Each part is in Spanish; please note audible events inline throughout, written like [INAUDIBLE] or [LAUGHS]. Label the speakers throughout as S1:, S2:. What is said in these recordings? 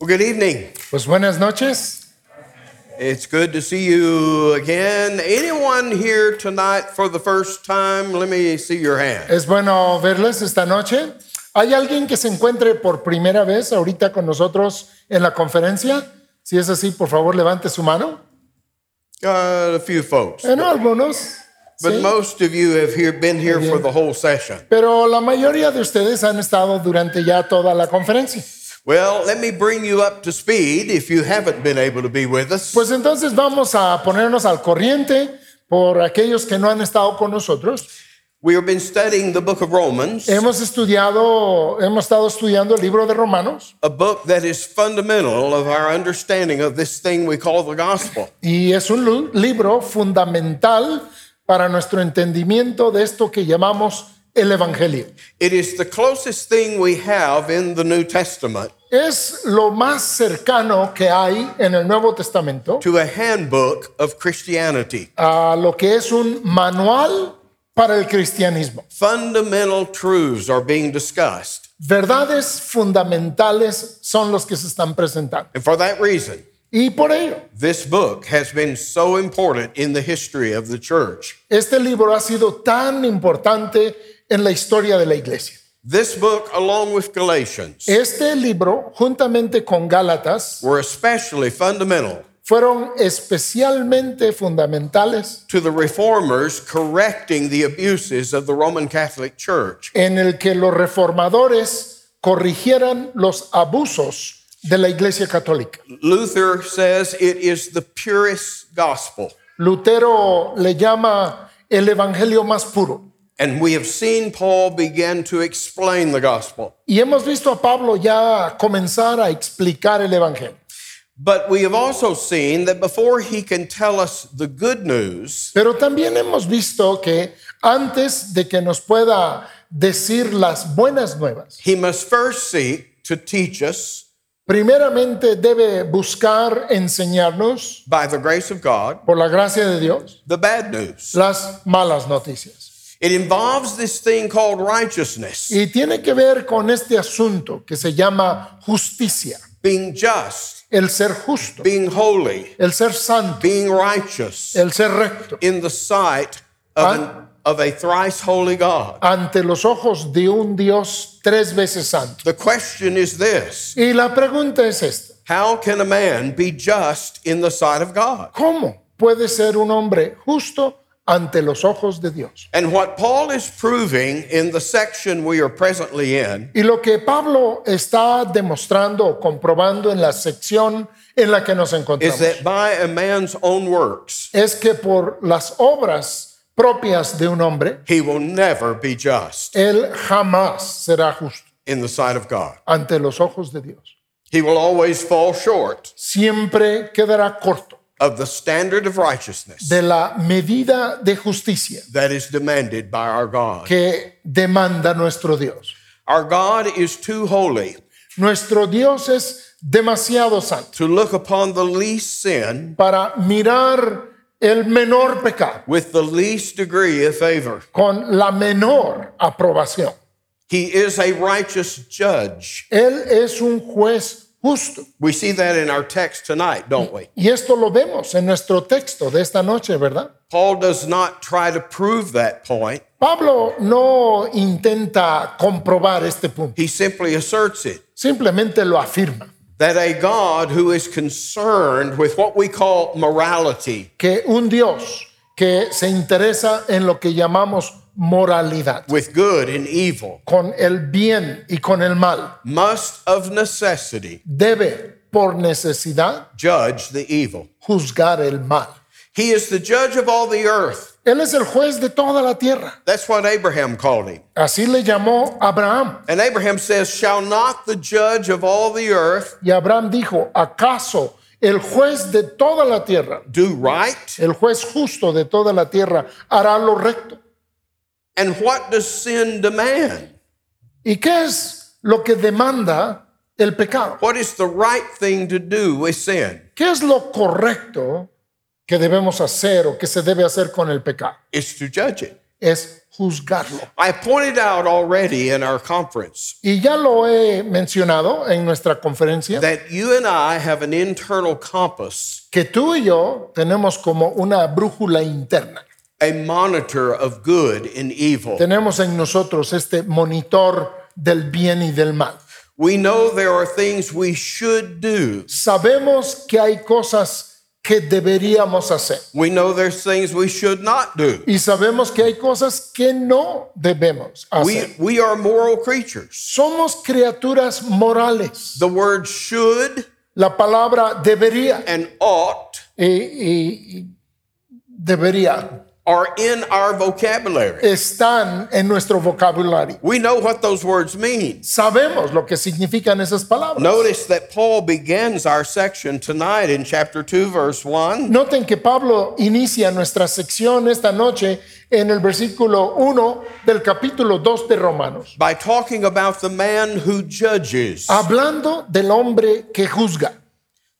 S1: Well, good evening.
S2: Pues buenas noches.
S1: It's good to see you again. Anyone here tonight for the first time? Let me see your hand.
S2: Es bueno verles esta noche. ¿Hay alguien que se encuentre por primera vez ahorita con nosotros en la conferencia? Si es así, por favor, levante su mano.
S1: Got a few folks,
S2: Bueno, algunos.
S1: but
S2: sí.
S1: most of you have here, been here for the whole session.
S2: Pero la mayoría de ustedes han estado durante ya toda la conferencia.
S1: Well, let me bring you up to speed if you haven't been able to be with us.
S2: Pues entonces vamos a ponernos al corriente por aquellos que no han estado con nosotros.
S1: We have been studying the book of Romans,
S2: Hemos estudiado, hemos estado estudiando el libro de Romanos
S1: a book that is fundamental of our understanding of this thing we call the gospel.
S2: y es un lu- libro fundamental para nuestro entendimiento de esto que llamamos el Evangelio.
S1: It is the closest thing we have in the New Testament
S2: Es lo más cercano que hay en el Nuevo Testamento
S1: to a handbook of Christianity.
S2: a lo que es un manual para el cristianismo.
S1: Fundamental truths are being discussed.
S2: Verdades fundamentales son los que se están presentando.
S1: And for that reason,
S2: Y por ello,
S1: this book has been so important in the history of the church.
S2: Este libro ha sido tan importante en la historia de la iglesia.
S1: This book, along with Galatians,
S2: Este libro, juntamente con Gálatas,
S1: were especially fundamental
S2: fueron especialmente fundamentales
S1: to the reformers correcting the abuses of the Roman Catholic Church.
S2: en el que los reformadores corrigieran los abusos de la iglesia católica.
S1: Luther says it is the purest gospel.
S2: Lutero le llama el evangelio más puro.
S1: And we have seen Paul begin to explain the gospel.
S2: Y hemos visto a Pablo ya comenzar a explicar el evangelio.
S1: But we have also seen that before he can tell us the good news,
S2: Pero también hemos visto que antes de que nos pueda decir las buenas nuevas,
S1: He must first seek to teach us
S2: primeramente debe buscar enseñarnos,
S1: by the grace of God
S2: por la gracia de Dios,
S1: the bad news.
S2: las malas noticias.
S1: It involves this thing called righteousness,
S2: Y tiene que ver con este asunto que se llama justicia,
S1: being just,
S2: el ser justo,
S1: being holy,
S2: el ser santo,
S1: being righteous
S2: el ser recto,
S1: in the sight of, an, of a thrice holy God.
S2: ante los ojos de un Dios tres veces santo.
S1: The question is this
S2: Y la pregunta es esta,
S1: How can a man be just in the sight of God?
S2: ¿cómo puede ser un hombre justo ante los ojos de Dios?
S1: And what Paul is proving in the section we are presently in
S2: Y lo que Pablo está demostrando o comprobando en la sección en la que nos
S1: is
S2: encontramos
S1: that by a man's own works,
S2: es que por las obras propias de un hombre,
S1: he will never be just.
S2: él jamás será justo
S1: in the sight of God.
S2: ante los ojos de Dios.
S1: He will always fall short
S2: Siempre quedará corto
S1: of the standard of righteousness
S2: de la medida de justicia
S1: that is demanded by our God.
S2: que demanda nuestro Dios.
S1: Our God is too holy
S2: Nuestro Dios es demasiado santo
S1: to look upon the least sin
S2: para mirar el menor pecado
S1: with the least degree of favor.
S2: con la menor aprobación.
S1: He is a righteous judge.
S2: Él es un juez justo.
S1: We see that in our text tonight, don't we?
S2: Y esto lo vemos en nuestro texto de esta noche, ¿verdad?
S1: Paul does not try to prove that point,
S2: Pablo no intenta comprobar este punto,
S1: he simply asserts it.
S2: simplemente lo afirma,
S1: That a God who is concerned with what we call morality,
S2: que un Dios que se interesa en lo que llamamos moralidad,
S1: with good and evil,
S2: con el bien y con el mal,
S1: must of necessity
S2: debe por necesidad
S1: judge the evil.
S2: juzgar el mal.
S1: He is the judge of all the earth.
S2: Él es el juez de toda la tierra.
S1: That's what Abraham called him.
S2: Así le llamó Abraham.
S1: And Abraham says, Shall not the judge of all the earth
S2: Y Abraham dijo, ¿acaso el juez de toda la tierra
S1: do right?
S2: El juez justo de toda la tierra hará lo recto.
S1: And what does sin demand?
S2: ¿Y qué es lo que demanda el pecado?
S1: What is the right thing to do with sin?
S2: ¿Qué es lo correcto que debemos hacer o que se debe hacer con el pecado?
S1: It's to judge it.
S2: es juzgarlo.
S1: I pointed out already in our conference
S2: Y ya lo he mencionado en nuestra conferencia,
S1: that you and I have an internal compass,
S2: que tú y yo tenemos como una brújula interna.
S1: a monitor of good and evil.
S2: Tenemos en nosotros este monitor del bien y del mal.
S1: We know there are things we should do.
S2: Sabemos que hay cosas que deberíamos hacer
S1: We know there's things we should not do.
S2: y sabemos que hay cosas que no debemos hacer.
S1: We, we are moral creatures.
S2: Somos criaturas morales.
S1: The word should
S2: La palabra debería
S1: and ought
S2: y, y- y debería
S1: are in our vocabulary.
S2: están en nuestro vocabulario.
S1: We know what those words mean.
S2: Sabemos lo que significan esas palabras.
S1: Notice that Paul begins our section tonight in chapter 2, verse 1.
S2: Noten que Pablo inicia nuestra sección esta noche en el versículo 1 del capítulo 2 de Romanos,
S1: by talking about the man who judges,
S2: hablando del hombre que juzga,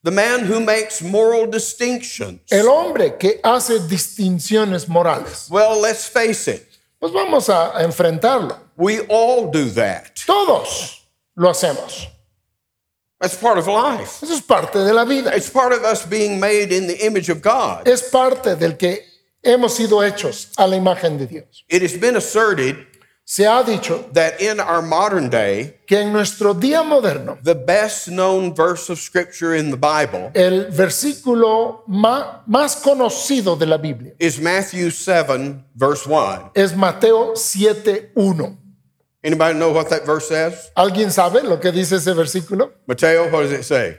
S1: the man who makes moral distinctions.
S2: el hombre que hace distinciones morales.
S1: Well, let's face it,
S2: Pues vamos a a enfrentarlo.
S1: we all do that.
S2: Todos lo hacemos.
S1: That's part of life.
S2: Eso es parte de la vida.
S1: It's part of us being made in the image of God.
S2: Es parte del que hemos sido hechos a la imagen de Dios.
S1: It has been asserted
S2: Se ha dicho
S1: that in our modern day,
S2: que en nuestro día moderno,
S1: the best known verse of Scripture in the Bible
S2: el versículo ma- más conocido de la Biblia
S1: is Matthew 7, verse 1.
S2: es Mateo 7.1.
S1: Anybody know what that verse says?
S2: ¿Alguien sabe lo que dice ese versículo?
S1: Mateo, what does it say?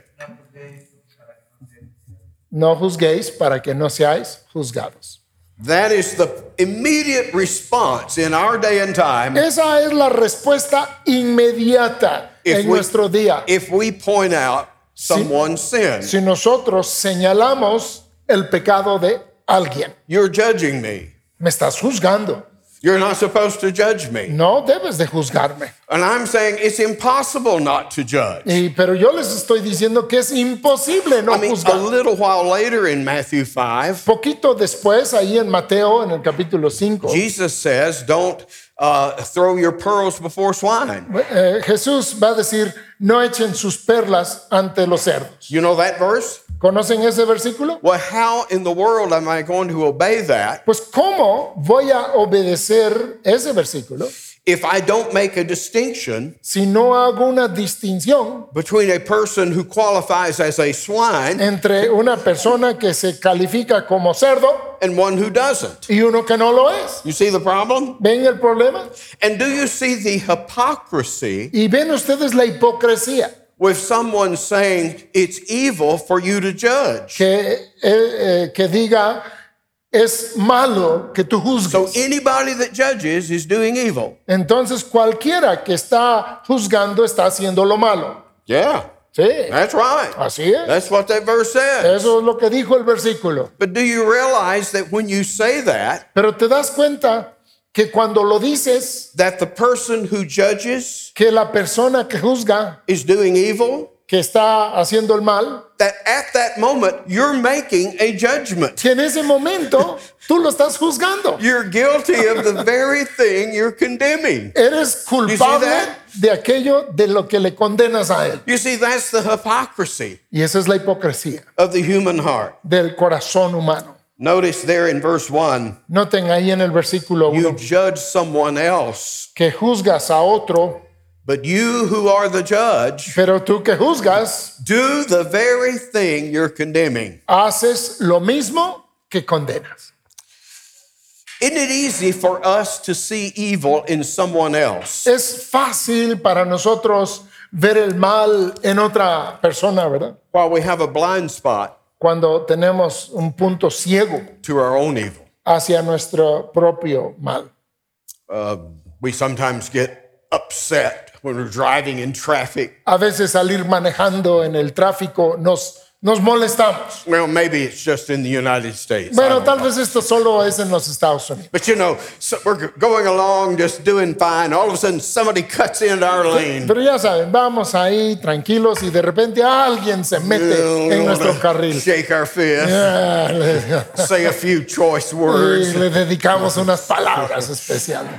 S2: No juzguéis para que no seáis juzgados.
S1: That is the immediate response in our day and time
S2: Esa es la respuesta inmediata
S1: If
S2: en
S1: we-
S2: nuestro día.
S1: if we point out someone's sin,
S2: Si nosotros señalamos el pecado de alguien,
S1: you're judging me.
S2: me estás juzgando.
S1: You're not supposed to judge me.
S2: No debes de juzgarme.
S1: And I'm saying it's impossible not to judge.
S2: Y- pero yo les estoy diciendo que es imposible no
S1: I mean, a
S2: juzgar.
S1: little while later in Matthew 5,
S2: Poquito después, ahí en Mateo, en el capítulo 5,
S1: Jesus says, Don't uh, throw your pearls before swine.
S2: eh, Jesús va a decir, no echen sus perlas ante los cerdos.
S1: You know that verse?
S2: ¿Conocen ese versículo?
S1: Well, how in the world am I going to obey that
S2: Pues ¿cómo voy a obedecer ese versículo
S1: if I don't make a distinction
S2: si no hago una distinción
S1: between a person who qualifies as a swine
S2: entre una persona que se califica como cerdo
S1: and one who doesn't?
S2: y uno que no lo es?
S1: You see the problem?
S2: ¿Ven el problema?
S1: And do you see the hypocrisy
S2: Y ven ustedes la hipocresía.
S1: with someone saying it's evil for you to judge?
S2: que, eh, eh, que diga es malo que tú
S1: So
S2: juzgues.
S1: anybody that judges is doing evil.
S2: Entonces cualquiera que está juzgando está haciendo lo malo.
S1: Yeah,
S2: Sí,
S1: that's right.
S2: así es.
S1: That's what that verse says.
S2: Eso es lo que dijo el versículo.
S1: But do you realize that when you say that,
S2: Pero te das cuenta que cuando lo dices,
S1: that the person who judges
S2: que la persona que juzga,
S1: is doing evil,
S2: que está haciendo el mal,
S1: that at that moment you're making a judgment.
S2: que en ese
S1: [LAUGHS]
S2: momento tú lo estás juzgando.
S1: You're guilty of the very thing you're condemning.
S2: Eres culpable
S1: that?
S2: de aquello de lo que le condenas a él.
S1: You see, that's the hypocrisy
S2: Y esa es la hipocresía
S1: of the human heart.
S2: del corazón humano.
S1: Notice there in verse 1,
S2: Noten ahí en el versículo 1
S1: you judge someone else,
S2: que juzgas a otro,
S1: but you who are the judge
S2: pero tú que juzgas
S1: do the very thing you're condemning.
S2: haces lo mismo que condenas.
S1: Isn't it easy for us to see evil in someone else?
S2: Es fácil para nosotros ver el mal en otra persona, ¿verdad?
S1: While we have a blind spot
S2: Cuando tenemos un punto ciego
S1: to our own evil,
S2: hacia nuestro propio mal.
S1: we sometimes get upset when we're driving in traffic
S2: A veces salir manejando en el tráfico nos Nos molestamos.
S1: Well, maybe it's just in the United States. I
S2: Bueno,
S1: don't
S2: tal
S1: know.
S2: vez esto solo es en los Estados Unidos.
S1: But you know, so we're going along just doing fine. All of a sudden, somebody cuts into our lane.
S2: Pero ya saben, vamos ahí tranquilos y de repente alguien se
S1: Uh,
S2: mete
S1: we
S2: en nuestro
S1: wanna
S2: carril.
S1: Shake our fist,
S2: Ah, le-
S1: say a few
S2: [LAUGHS]
S1: choice
S2: Y
S1: words.
S2: le dedicamos unas palabras especiales.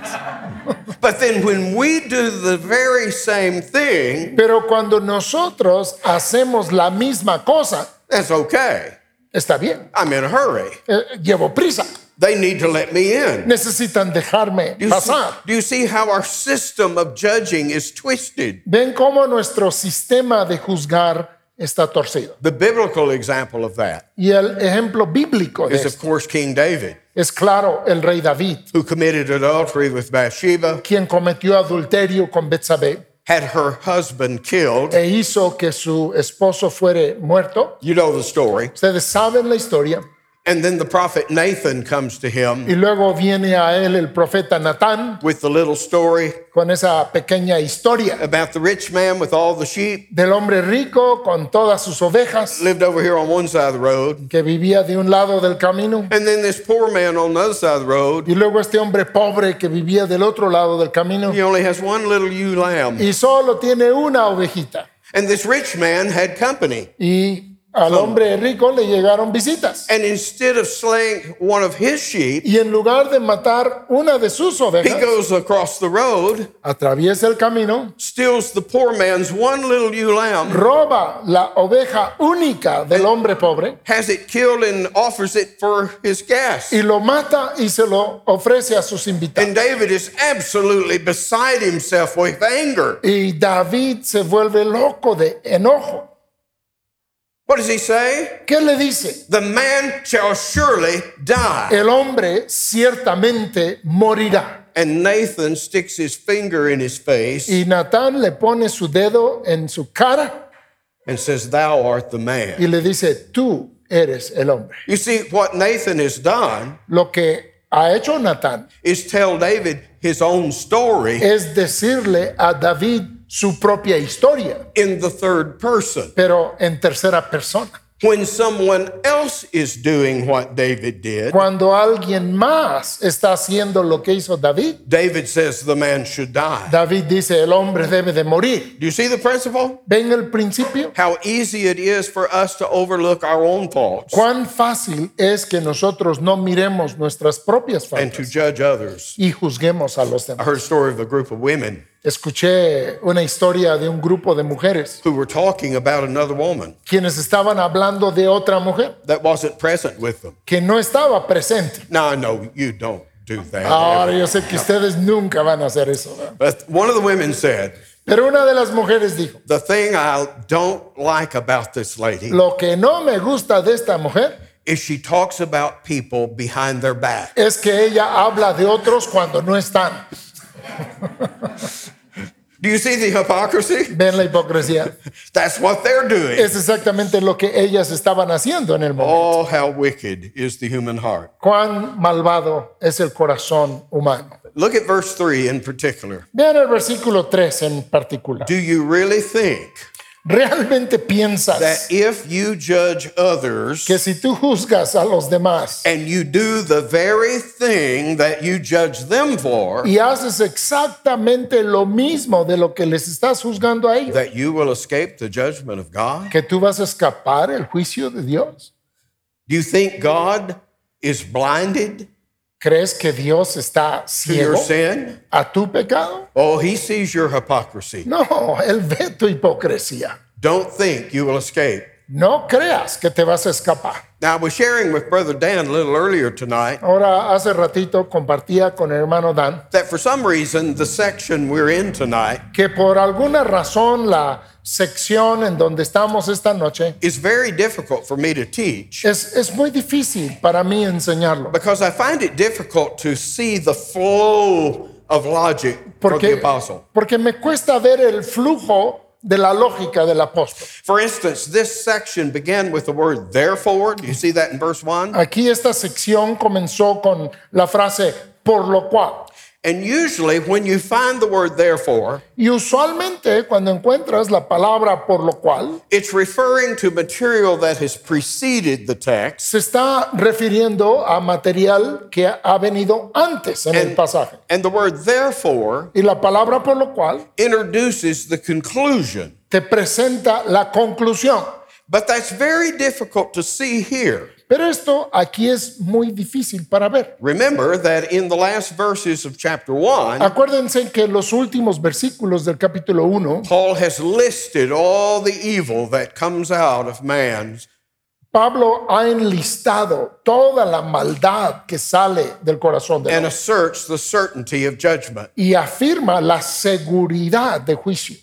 S1: But then when we do the very same thing,
S2: Pero cuando nosotros hacemos la misma cosa,
S1: that's okay.
S2: está bien.
S1: I'm in a hurry.
S2: Eh, llevo prisa.
S1: They need to let me in.
S2: Necesitan dejarme
S1: Do you, see,
S2: pasar.
S1: do you see how our system of judging is twisted?
S2: Ven cómo nuestro sistema de juzgar está torcido.
S1: The biblical example of that
S2: Y el ejemplo bíblico de
S1: is, of
S2: esto
S1: course, King David,
S2: es claro el rey David,
S1: who committed adultery with Bathsheba,
S2: quien cometió adulterio con Betsabé
S1: had her husband killed.
S2: e hizo que su esposo fuere muerto.
S1: You know the story.
S2: Ustedes saben la historia.
S1: And then the prophet Nathan comes to him
S2: Y luego viene a él el profeta Natán
S1: with the little story
S2: con esa pequeña historia
S1: about the rich man with all the sheep,
S2: del hombre rico con todas sus ovejas
S1: lived over here on one side of the road.
S2: que vivía de un lado del camino
S1: And then this poor man on the other side of the road,
S2: y luego este hombre pobre que vivía del otro lado del camino
S1: he only has one little ewe lamb.
S2: y solo tiene una ovejita.
S1: And this rich man had company.
S2: Y al hombre rico le llegaron visitas.
S1: And instead of slaying one of his sheep,
S2: Y en lugar de matar una de sus
S1: he
S2: ovejas,
S1: goes across the road,
S2: atraviesa el camino,
S1: steals the poor man's one little ewe lamb,
S2: roba la oveja única del hombre pobre
S1: has it killed, and offers it for his gas.
S2: y lo mata y se lo ofrece a sus invitados.
S1: And David is absolutely beside himself with anger.
S2: Y David se vuelve loco de enojo.
S1: What does he say?
S2: ¿Qué le dice?
S1: The man shall surely die.
S2: El hombre ciertamente morirá.
S1: And Nathan sticks his finger in his face
S2: Y Natán le pone su dedo en su cara
S1: and says, Thou art the
S2: y
S1: man.
S2: le dice, tú eres el hombre.
S1: You see, what Nathan has done
S2: Lo que ha hecho Natán
S1: is tell David his own story
S2: es decirle a David su propia historia,
S1: in the third person.
S2: pero en tercera persona.
S1: When someone else is doing what David did,
S2: Cuando alguien más está haciendo lo que hizo David,
S1: David says the man should die.
S2: David dice, el hombre debe de morir.
S1: Do you see the principle?
S2: ¿Ven el principio?
S1: How easy it is for us to overlook our own faults
S2: Cuán fácil es que nosotros no miremos nuestras propias
S1: and to
S2: faltas
S1: judge others.
S2: y juzguemos a los
S1: I
S2: demás.
S1: heard a story of a group of women
S2: Escuché una historia de un grupo de mujeres
S1: who were talking about another woman
S2: quienes estaban hablando de otra mujer
S1: that wasn't present with them.
S2: que no estaba presente.
S1: Now, I know you don't do that.
S2: Ahora yo sé que ustedes nunca van a hacer eso. ¿verdad?
S1: But one of the women said,
S2: Pero una de las mujeres dijo,
S1: The thing I don't like about this lady
S2: lo que no me gusta de esta mujer
S1: is she talks about people behind their back.
S2: es que ella habla de otros cuando no están.
S1: Do you see the hypocrisy?
S2: Ven la hipocresía.
S1: That's what they're doing.
S2: Es exactamente lo que ellas estaban haciendo en el momento.
S1: Oh, how wicked is the human heart.
S2: Cuán malvado es el corazón humano.
S1: Look at verse 3 in particular.
S2: Vean el versículo 3 en particular.
S1: Do you really think
S2: ¿Realmente
S1: that
S2: piensas
S1: if you judge others
S2: que si tú juzgas a los demás
S1: and you do the very thing that you judge them for,
S2: y haces exactamente lo mismo de lo que les estás juzgando a ellos,
S1: that you will escape the judgment of God?
S2: que tú vas a escapar el juicio de Dios?
S1: Do you think God is blinded
S2: ¿Crees que Dios está
S1: to your
S2: ciego
S1: sin?
S2: a tu pecado?
S1: Oh, he sees your hypocrisy.
S2: No, [LAUGHS] Él ve tu hipocresía.
S1: Don't think you will escape.
S2: No creas que te vas a escapar.
S1: Now, I was sharing with Brother Dan a little earlier tonight
S2: Ahora, hace ratito compartía con el hermano Dan
S1: that for some reason, the section we're in tonight
S2: que por alguna razón la sección en donde estamos esta noche
S1: is very difficult for me to teach
S2: es, es muy difícil para mí enseñarlo.
S1: because I find it difficult to see the flow of logic from the
S2: Porque,
S1: apostle.
S2: porque me cuesta ver el flujo de la lógica del apóstol.
S1: For instance, this section began with the word therefore. Do you see that in verse 1?
S2: Aquí esta sección comenzó con la frase por lo cual.
S1: And usually, when you find the word therefore,
S2: Y usualmente cuando encuentras la palabra por lo cual,
S1: it's referring to material that has preceded the text.
S2: se está refiriendo a material que ha venido antes en el pasaje.
S1: And the word therefore
S2: Y la palabra por lo cual
S1: introduces the conclusion.
S2: te presenta la conclusión.
S1: But that's very difficult to see here.
S2: Pero esto aquí es muy difícil para ver.
S1: Remember that in the last verses of chapter 1,
S2: Acuérdense que en los últimos versículos del capítulo 1,
S1: Paul has listed all the evil that comes out of man's
S2: Pablo ha enlistado toda la maldad que sale del corazón de
S1: and
S2: Dios
S1: asserts the certainty of judgment.
S2: y afirma la seguridad de juicio.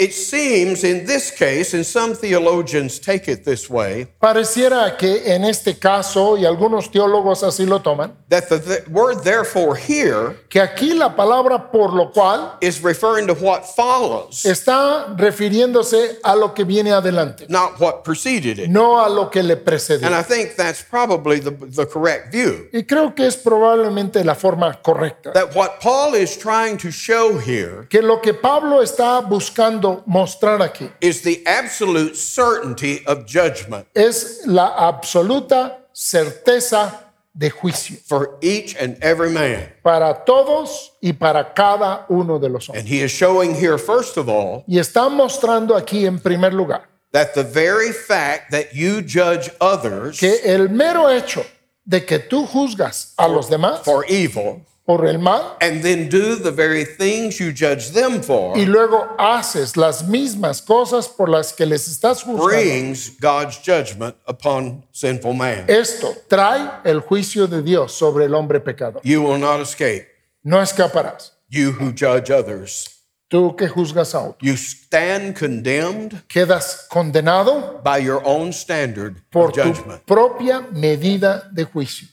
S1: It seems in this case, and some theologians take it this way,
S2: Pareciera que en este caso, y algunos teólogos así lo toman,
S1: that the th- word therefore here
S2: que aquí la palabra por lo cual
S1: is referring to what follows,
S2: está refiriéndose a lo que viene adelante,
S1: not what preceded it.
S2: no a lo que le
S1: And
S2: precedió.
S1: I think that's probably the, the correct view.
S2: Y creo que es probablemente la forma correcta.
S1: That what Paul is trying to show here
S2: Que lo que Pablo está buscando mostrar aquí
S1: is the absolute certainty of judgment
S2: es la absoluta certeza de juicio
S1: for each and every man.
S2: para todos y para cada uno de los hombres.
S1: And he is showing here, first of all,
S2: Y está mostrando aquí en primer lugar
S1: that the very fact that you judge others
S2: que el mero hecho de que tú juzgas a los demás
S1: for evil
S2: por el mal
S1: and then do the very things you judge them
S2: y
S1: for
S2: luego haces las mismas cosas por las que les estás juzgando,
S1: brings God's judgment upon sinful man.
S2: esto trae el juicio de Dios sobre el hombre pecador.
S1: You will not escape,
S2: No escaparás.
S1: you who judge others.
S2: Tú que juzgas a otro,
S1: You stand condemned
S2: quedas condenado
S1: by your own standard
S2: por
S1: of
S2: tu
S1: judgment.
S2: propia medida de juicio.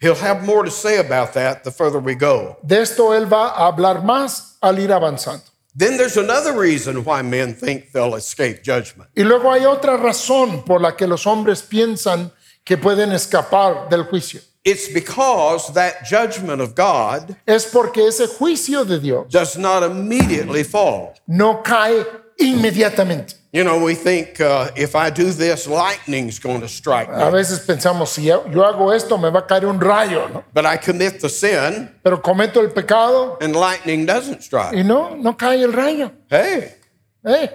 S1: He'll have more to say about that the further we go.
S2: De esto él va a hablar más al ir avanzando.
S1: Then there's another reason why men think they'll escape judgment.
S2: Y luego hay otra razón por la que los hombres piensan que pueden escapar del juicio.
S1: It's because that judgment of God
S2: Es porque ese juicio de Dios
S1: does not immediately fall.
S2: no cae inmediatamente.
S1: You know, we think uh, if I do this, lightning's going to strike me.
S2: A veces pensamos, si yo hago esto, me va a caer un rayo, ¿no?
S1: But I commit the sin
S2: Pero cometo el pecado
S1: and lightning doesn't strike.
S2: y no, no cae el rayo.
S1: Hey,
S2: Eh,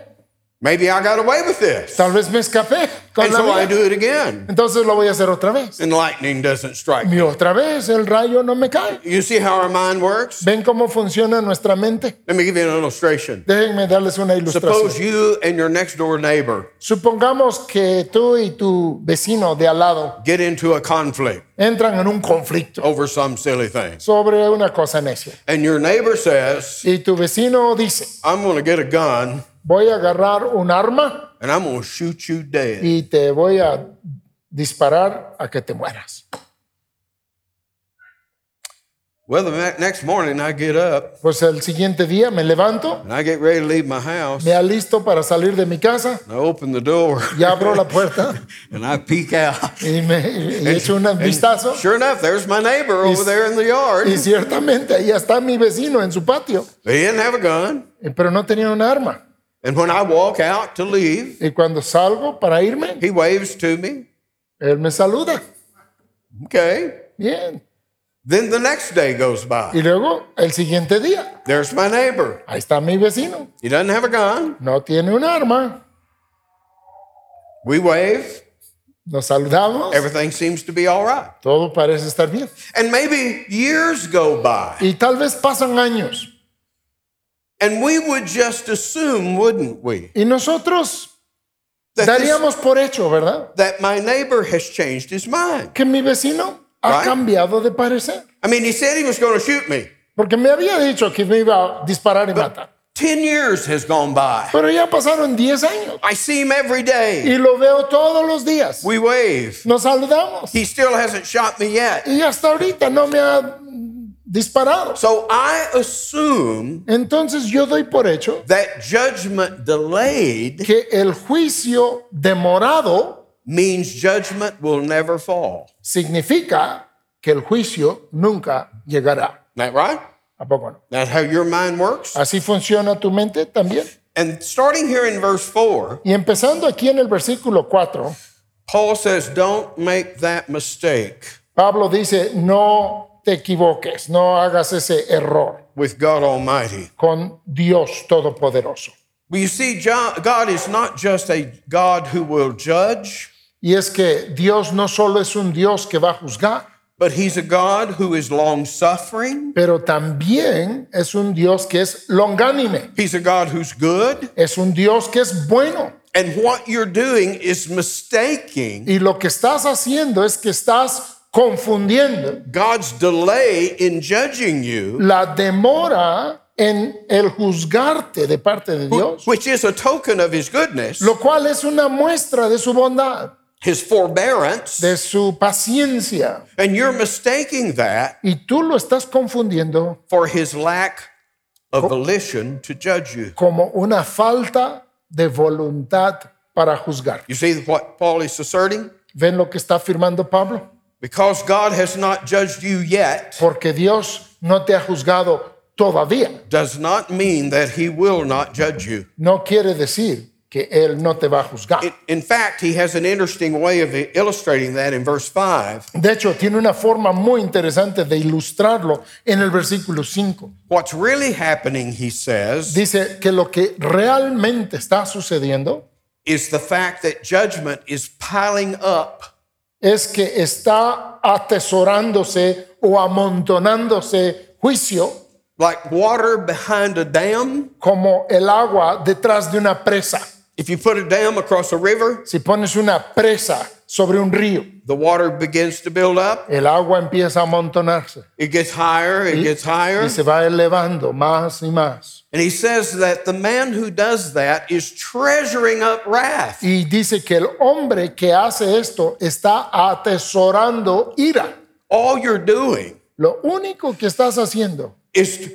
S1: maybe I got away with this.
S2: tal vez me escapé con
S1: And
S2: la
S1: so I
S2: vida.
S1: do it again.
S2: Entonces lo voy a hacer otra vez.
S1: And lightning doesn't strike.
S2: Y otra vez el rayo no me cae.
S1: You see how our mind works?
S2: ¿Ven cómo funciona nuestra mente?
S1: Let me give you an illustration.
S2: Déjenme darles una ilustración.
S1: Suppose you and your next door neighbor
S2: Supongamos que tú y tu vecino de al lado
S1: get into a conflict
S2: entran en un conflicto
S1: over some silly thing.
S2: sobre una cosa necia.
S1: And your neighbor says,
S2: Y tu vecino dice,
S1: I'm going to get a gun
S2: voy a agarrar un arma
S1: and I'm going to shoot you dead.
S2: y te voy a disparar a que te mueras.
S1: Well, the ne- next morning I get up
S2: Pues el siguiente día me levanto,
S1: and I get ready to leave my house.
S2: me alisto para salir de mi casa
S1: And I open the door
S2: y abro la puerta
S1: and I peek out.
S2: y, me, y echo un
S1: And
S2: vistazo.
S1: Sure enough, there's my neighbor over there in the yard.
S2: Y ciertamente ahí está mi vecino en su patio,
S1: He didn't have a gun.
S2: eh, pero no tenía un arma.
S1: And when I walk out to leave,
S2: Y cuando salgo para irme,
S1: he waves to me.
S2: él me saluda.
S1: Okay.
S2: Bien,
S1: Then the next day goes by.
S2: Y luego el siguiente día,
S1: There's my neighbor.
S2: ahí está mi vecino,
S1: He doesn't have a gun.
S2: no tiene un arma,
S1: We wave.
S2: nos saludamos,
S1: Everything seems to be all right.
S2: todo parece estar bien.
S1: And maybe years go by.
S2: Y tal vez pasan años
S1: And we would just assume, wouldn't we,
S2: y nosotros
S1: that, this-
S2: daríamos por hecho, ¿verdad?
S1: that my neighbor has changed his mind.
S2: Que mi vecino ha
S1: Right.
S2: cambiado de parecer,
S1: I mean, he said he was going to shoot me.
S2: porque me había dicho que me iba a disparar y matar.
S1: 10 years has gone by.
S2: Pero ya pasaron 10 años
S1: I see him every day.
S2: y lo veo todos los días.
S1: We wave.
S2: Nos saludamos
S1: He still hasn't shot me yet.
S2: y hasta ahorita no me ha mm, disparado.
S1: So I assume
S2: Entonces yo doy por hecho
S1: that judgment delayed
S2: que el juicio demorado
S1: means judgment will never fall.
S2: significa que el juicio nunca llegará.
S1: Isn't that right?
S2: ¿A poco no?
S1: That's how your mind works.
S2: Así funciona tu mente también.
S1: And starting here in verse 4,
S2: Y empezando aquí en el versículo 4,
S1: Paul says, Don't make that mistake
S2: Pablo dice, no te equivoques, no hagas ese error
S1: with God Almighty.
S2: con Dios Todopoderoso.
S1: Well, you see, Jo- God is not just a God who will judge,
S2: Y es que Dios no solo es un Dios que va a juzgar,
S1: but He's a God who is long suffering.
S2: pero también es un Dios que es longánime,
S1: He's a God who's good.
S2: es un Dios que es bueno.
S1: And what you're doing is mistaking
S2: Y lo que estás haciendo es que estás confundiendo
S1: God's delay in judging you,
S2: la demora en el juzgarte de parte de Dios,
S1: which is a token of His goodness,
S2: lo cual es una muestra de su bondad,
S1: His forbearance.
S2: de su paciencia.
S1: And you're mistaking that
S2: Y tú lo estás confundiendo
S1: for His lack of volition to judge you.
S2: como una falta de voluntad para juzgar.
S1: You see what Paul is asserting?
S2: ¿Ven lo que está afirmando Pablo?
S1: Because God has not judged you yet.
S2: Porque Dios no te ha juzgado todavía.
S1: does not mean that he will not judge you.
S2: No quiere decir que Él no te va a juzgar.
S1: It- in fact, he has an interesting way of illustrating that in verse 5.
S2: De hecho, tiene una forma muy interesante de ilustrarlo en el versículo 5.
S1: What's really happening, he says,
S2: Dice que lo que realmente está sucediendo
S1: is the fact that judgment is piling up.
S2: es que está atesorándose o amontonándose juicio
S1: Like water behind a dam,
S2: como el agua detrás de una presa.
S1: if you put a dam across a river,
S2: Si pones una presa sobre un río,
S1: the water begins to build up.
S2: el agua empieza a amontonarse
S1: It gets higher, it gets higher.
S2: y se va elevando más y más.
S1: And he says that the man who does that is treasuring up wrath.
S2: Y dice que el hombre que hace esto está atesorando ira.
S1: All you're doing
S2: Lo único que estás haciendo
S1: is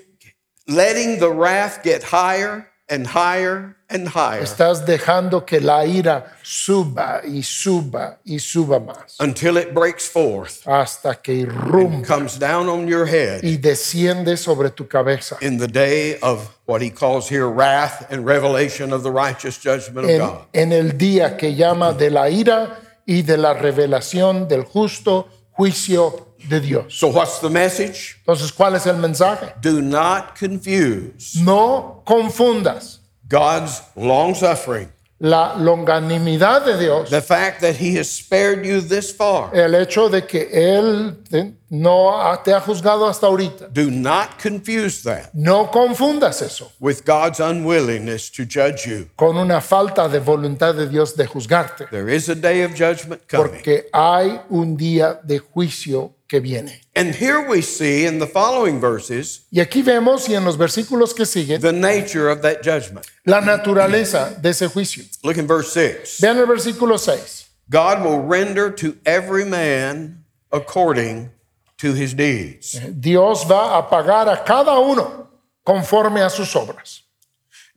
S1: letting the wrath get higher and higher and higher
S2: Estás dejando que la ira suba y suba y suba más
S1: until it breaks forth,
S2: hasta que irrumpe
S1: comes down on your head
S2: y desciende sobre tu cabeza
S1: in the day of what he calls here wrath and revelation of the righteous judgment of
S2: en,
S1: God.
S2: en el día que llama de la ira y de la revelación del justo juicio de Dios.
S1: So, what's the message?
S2: Entonces, ¿cuál es el mensaje?
S1: Do not confuse
S2: No confundas
S1: God's long suffering,
S2: la longanimidad de Dios,
S1: the fact that he has spared you this far.
S2: el hecho de que Él te- no ha- te ha juzgado hasta ahorita.
S1: Do not confuse that
S2: No confundas eso
S1: with God's unwillingness to judge you.
S2: con una falta de voluntad de Dios de juzgarte.
S1: There is a day of judgment coming.
S2: porque hay un día de juicio que viene.
S1: And here we see in the following verses
S2: Y aquí vemos, y en los versículos que siguen,
S1: the nature of that judgment.
S2: la naturaleza de ese juicio.
S1: Look in verse 6.
S2: Vean el versículo 6.
S1: God will render to every man according to his deeds.
S2: Dios va a pagar a cada uno conforme a sus obras.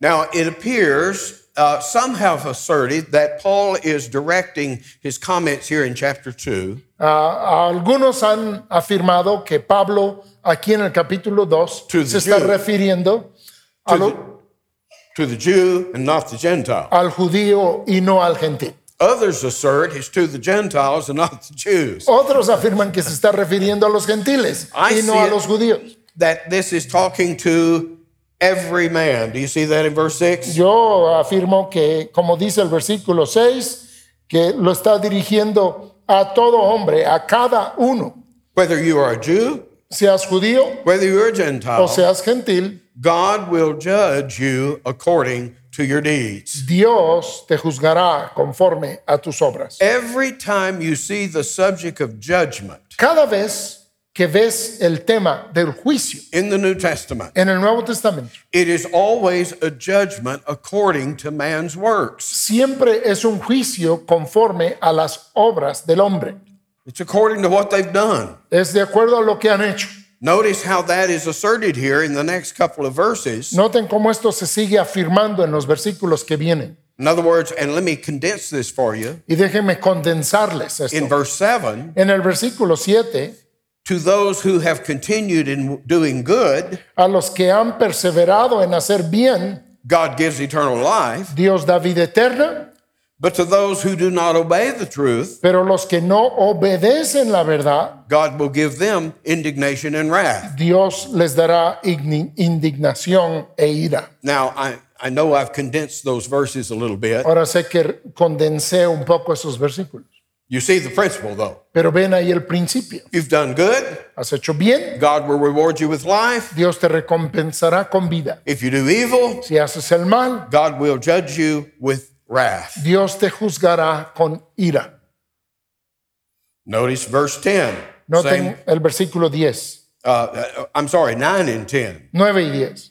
S1: Now, it appears uh, some have asserted that Paul is directing his comments here in chapter 2
S2: A- a algunos han afirmado que Pablo, aquí en el capítulo 2,
S1: To the
S2: se está
S1: Jew.
S2: refiriendo a lo-
S1: to the Jew and not the Gentile.
S2: al judío y no al gentil.
S1: Others assert it's to the Gentiles and not the Jews.
S2: Otros afirman que se está refiriendo a los gentiles
S1: I
S2: y no
S1: see
S2: a
S1: it.
S2: los judíos.
S1: That this is talking to every man. Do you see that in verse 6?
S2: Yo afirmo que, como dice el versículo 6, que lo está dirigiendo a todo hombre, a cada uno,
S1: Whether you are a Jew
S2: seas judío
S1: Whether you're a
S2: o
S1: Gentile,
S2: seas gentil,
S1: God will judge you according to your deeds.
S2: Dios te juzgará conforme a tus obras.
S1: Every time you see the subject of judgment
S2: Cada vez que ves el tema del juicio
S1: in the New Testament,
S2: en el Nuevo Testamento,
S1: it is always a judgment according to man's works.
S2: siempre es un juicio conforme a las obras del hombre.
S1: It's according to what they've done.
S2: Es de acuerdo a lo que han hecho.
S1: Notice how that is asserted here in the next couple of verses.
S2: Noten cómo esto se sigue afirmando en los versículos que vienen.
S1: In other words, and let me condense this for you
S2: Y déjenme condensarles esto.
S1: in verse 7
S2: En el versículo 7,
S1: To those who have continued in doing good,
S2: A los que han perseverado en hacer bien,
S1: God gives eternal life.
S2: Dios da vida eterna,
S1: But to those who do not obey the truth,
S2: pero los que no obedecen la verdad,
S1: God will give them indignation and wrath.
S2: Dios les dará igni- indignación e ira.
S1: Now, I, I know I've condensed those verses a little bit.
S2: Ahora sé que condensé un poco esos versículos,
S1: You see the principle, though.
S2: pero ven ahí el principio.
S1: You've done good,
S2: Has hecho bien,
S1: God will reward you with life.
S2: Dios te recompensará con vida.
S1: If you do evil,
S2: Si haces el mal,
S1: God will judge you with wrath.
S2: Dios te juzgará con ira.
S1: Notice verse 10. Same,
S2: Noten el versículo 10,
S1: uh, uh, I'm sorry, 9 and 10.
S2: 9 y 10.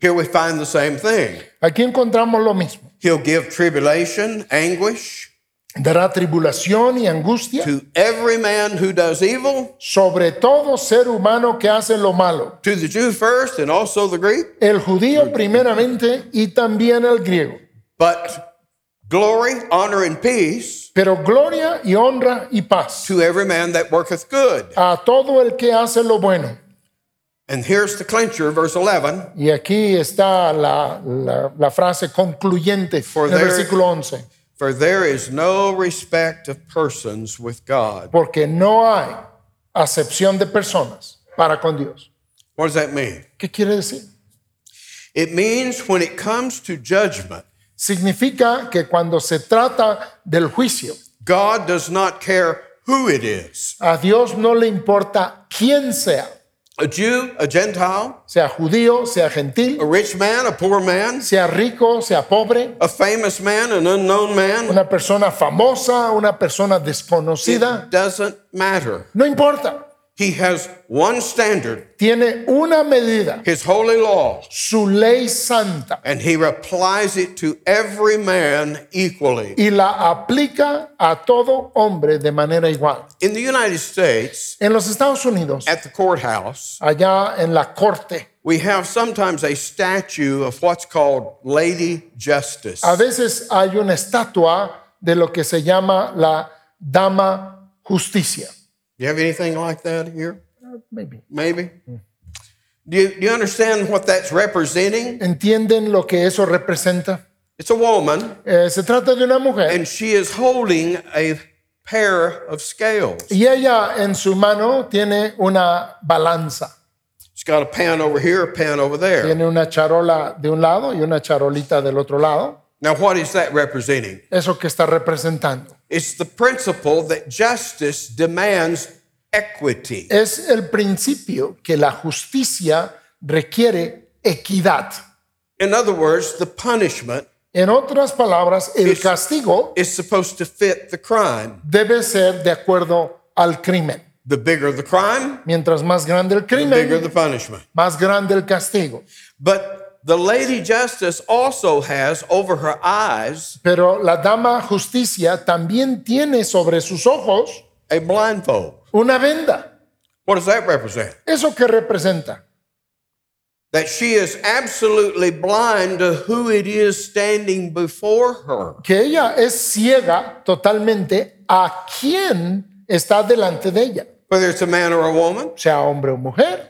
S1: Here we find the same thing.
S2: Aquí encontramos lo mismo.
S1: He'll give tribulation, anguish
S2: Dará tribulación y angustia
S1: to every man who does evil,
S2: sobre todo ser humano que hace lo malo,
S1: to the Jew first and also the Greek.
S2: el judío primeramente y también el griego.
S1: But glory, honor, and peace
S2: Pero gloria y honra y paz
S1: to every man that worketh good.
S2: a todo el que hace lo bueno.
S1: And here's the clincher, verse 11.
S2: Y aquí está la, la- la frase concluyente
S1: For
S2: en el
S1: there-
S2: versículo 11.
S1: For there is no respect of persons with God.
S2: Porque no hay acepción de personas para con Dios.
S1: What does that mean?
S2: ¿Qué quiere decir?
S1: It means when it comes to judgment,
S2: Significa que cuando se trata del juicio,
S1: God does not care who it is
S2: a Dios no le importa quién sea,
S1: a Jew, a Gentile,
S2: sea judío, sea gentil,
S1: a rich man, a poor man,
S2: sea rico, sea pobre,
S1: a famous man, an unknown man.
S2: una persona famosa, una persona desconocida,
S1: It doesn't matter.
S2: no importa.
S1: He has one standard,
S2: Tiene una medida,
S1: his holy law,
S2: su ley santa,
S1: and he applies it to every man equally.
S2: y la aplica a todo hombre de manera igual.
S1: In the United States,
S2: En los Estados Unidos,
S1: at the courthouse,
S2: allá en la corte,
S1: we have sometimes a statue of what's called Lady Justice.
S2: A veces hay una estatua de lo que se llama la Dama Justicia.
S1: You have anything like that here?
S2: Maybe.
S1: Maybe. Do you, do you understand what that's representing?
S2: ¿Entienden lo que eso representa?
S1: It's a woman,
S2: Eh, se trata de una mujer
S1: and she is holding a pair of scales.
S2: y ella en su mano tiene una balanza.
S1: She's got a pan over here, a pan over there.
S2: Tiene una charola de un lado y una charolita del otro lado.
S1: Now, what is that representing?
S2: Eso que está representando.
S1: It's the principle that justice demands equity.
S2: Es el principio que la justicia requiere equidad.
S1: In other words, the punishment
S2: En otras palabras, el
S1: Es-
S2: castigo
S1: is supposed to fit the crime.
S2: debe ser de acuerdo al crimen.
S1: The bigger the crime,
S2: Mientras más grande el
S1: the bigger
S2: crimen,
S1: the punishment.
S2: más grande el castigo.
S1: But the Lady Justice also has over her eyes
S2: Pero la dama justicia también tiene sobre sus ojos
S1: a blindfold.
S2: una venda.
S1: What does that represent?
S2: ¿Eso qué representa?
S1: That she is absolutely blind to who it is standing before her.
S2: Que ella es ciega totalmente a quién está delante de ella,
S1: Whether it's a man or a woman,
S2: sea hombre o mujer,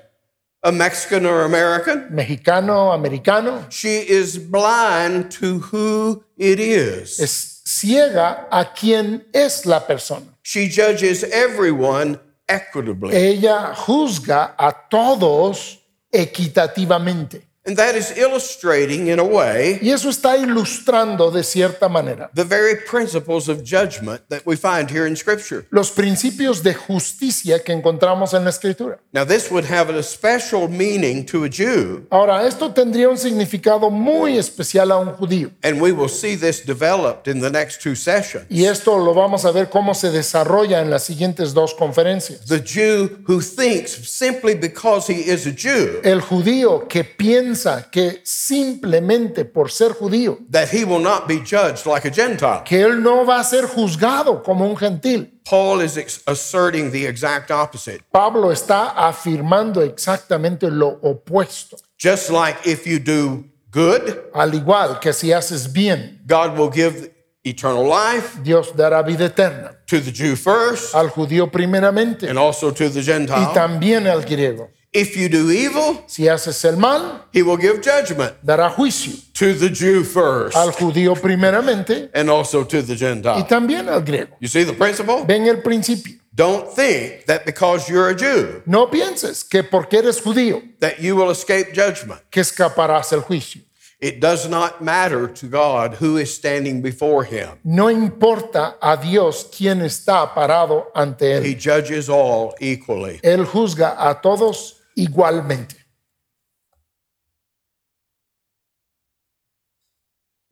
S1: a Mexican or American,
S2: mexicano, americano.
S1: she is blind to who it is.
S2: Es ciega a quién es la persona.
S1: She judges everyone equitably.
S2: Ella juzga a todos equitativamente.
S1: And that is illustrating, in a way,
S2: Y eso está ilustrando de cierta manera
S1: the very principles of judgment that we find here in Scripture.
S2: los principios de justicia que encontramos en la escritura.
S1: Now, this would have a special meaning to a Jew,
S2: Ahora, esto tendría un significado muy especial a un judío.
S1: and we will see this developed in the next two sessions.
S2: Y esto lo vamos a ver cómo se desarrolla en las siguientes dos conferencias.
S1: The Jew who thinks simply because he is a Jew
S2: El judío que piensa que simplemente por ser judío,
S1: that he will not be judged like a Gentile.
S2: que él no va a ser juzgado como un gentil.
S1: Paul is ex- asserting the exact opposite.
S2: Pablo está afirmando exactamente lo opuesto.
S1: Just like if you do good,
S2: Al igual que si haces bien,
S1: God will give eternal life
S2: Dios dará vida eterna
S1: to the Jew first
S2: al judío primeramente
S1: and also to the
S2: y
S1: Gentile.
S2: también al griego.
S1: If you do evil,
S2: Si haces el mal,
S1: he will give judgment
S2: dará juicio
S1: to the Jew first
S2: al judío primeramente
S1: and also to the
S2: y
S1: Gentile.
S2: también al griego.
S1: You see the principle?
S2: Ven el principio.
S1: Don't think that because you're a Jew
S2: No pienses que porque eres judío
S1: that you will escape judgment.
S2: que escaparás el juicio.
S1: It does not matter to God who is standing before him.
S2: No importa a Dios quién está parado ante
S1: He
S2: Él.
S1: judges all equally.
S2: Él juzga a todos igualmente.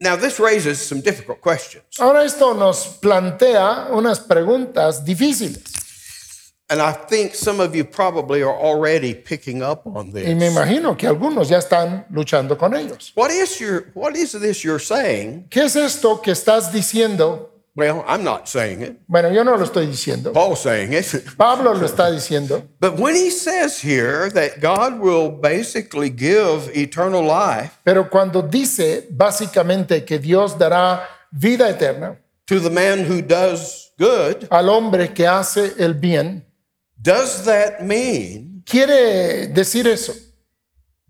S1: Now, this raises some difficult questions,
S2: Ahora esto nos plantea unas preguntas difíciles.
S1: and I think some of you probably are already picking up on
S2: Y me
S1: this.
S2: imagino que algunos ya están luchando con ellos.
S1: What is your what is this you're saying?
S2: ¿Qué es esto que estás diciendo?
S1: Well, I'm not saying it.
S2: Bueno, yo no lo estoy diciendo.
S1: Paul's saying it. [LAUGHS]
S2: Pablo lo está diciendo.
S1: But when he says here that God will basically give eternal life
S2: Pero cuando dice básicamente que Dios dará vida eterna
S1: to the man who does good,
S2: al hombre que hace el bien,
S1: does that mean
S2: quiere decir eso,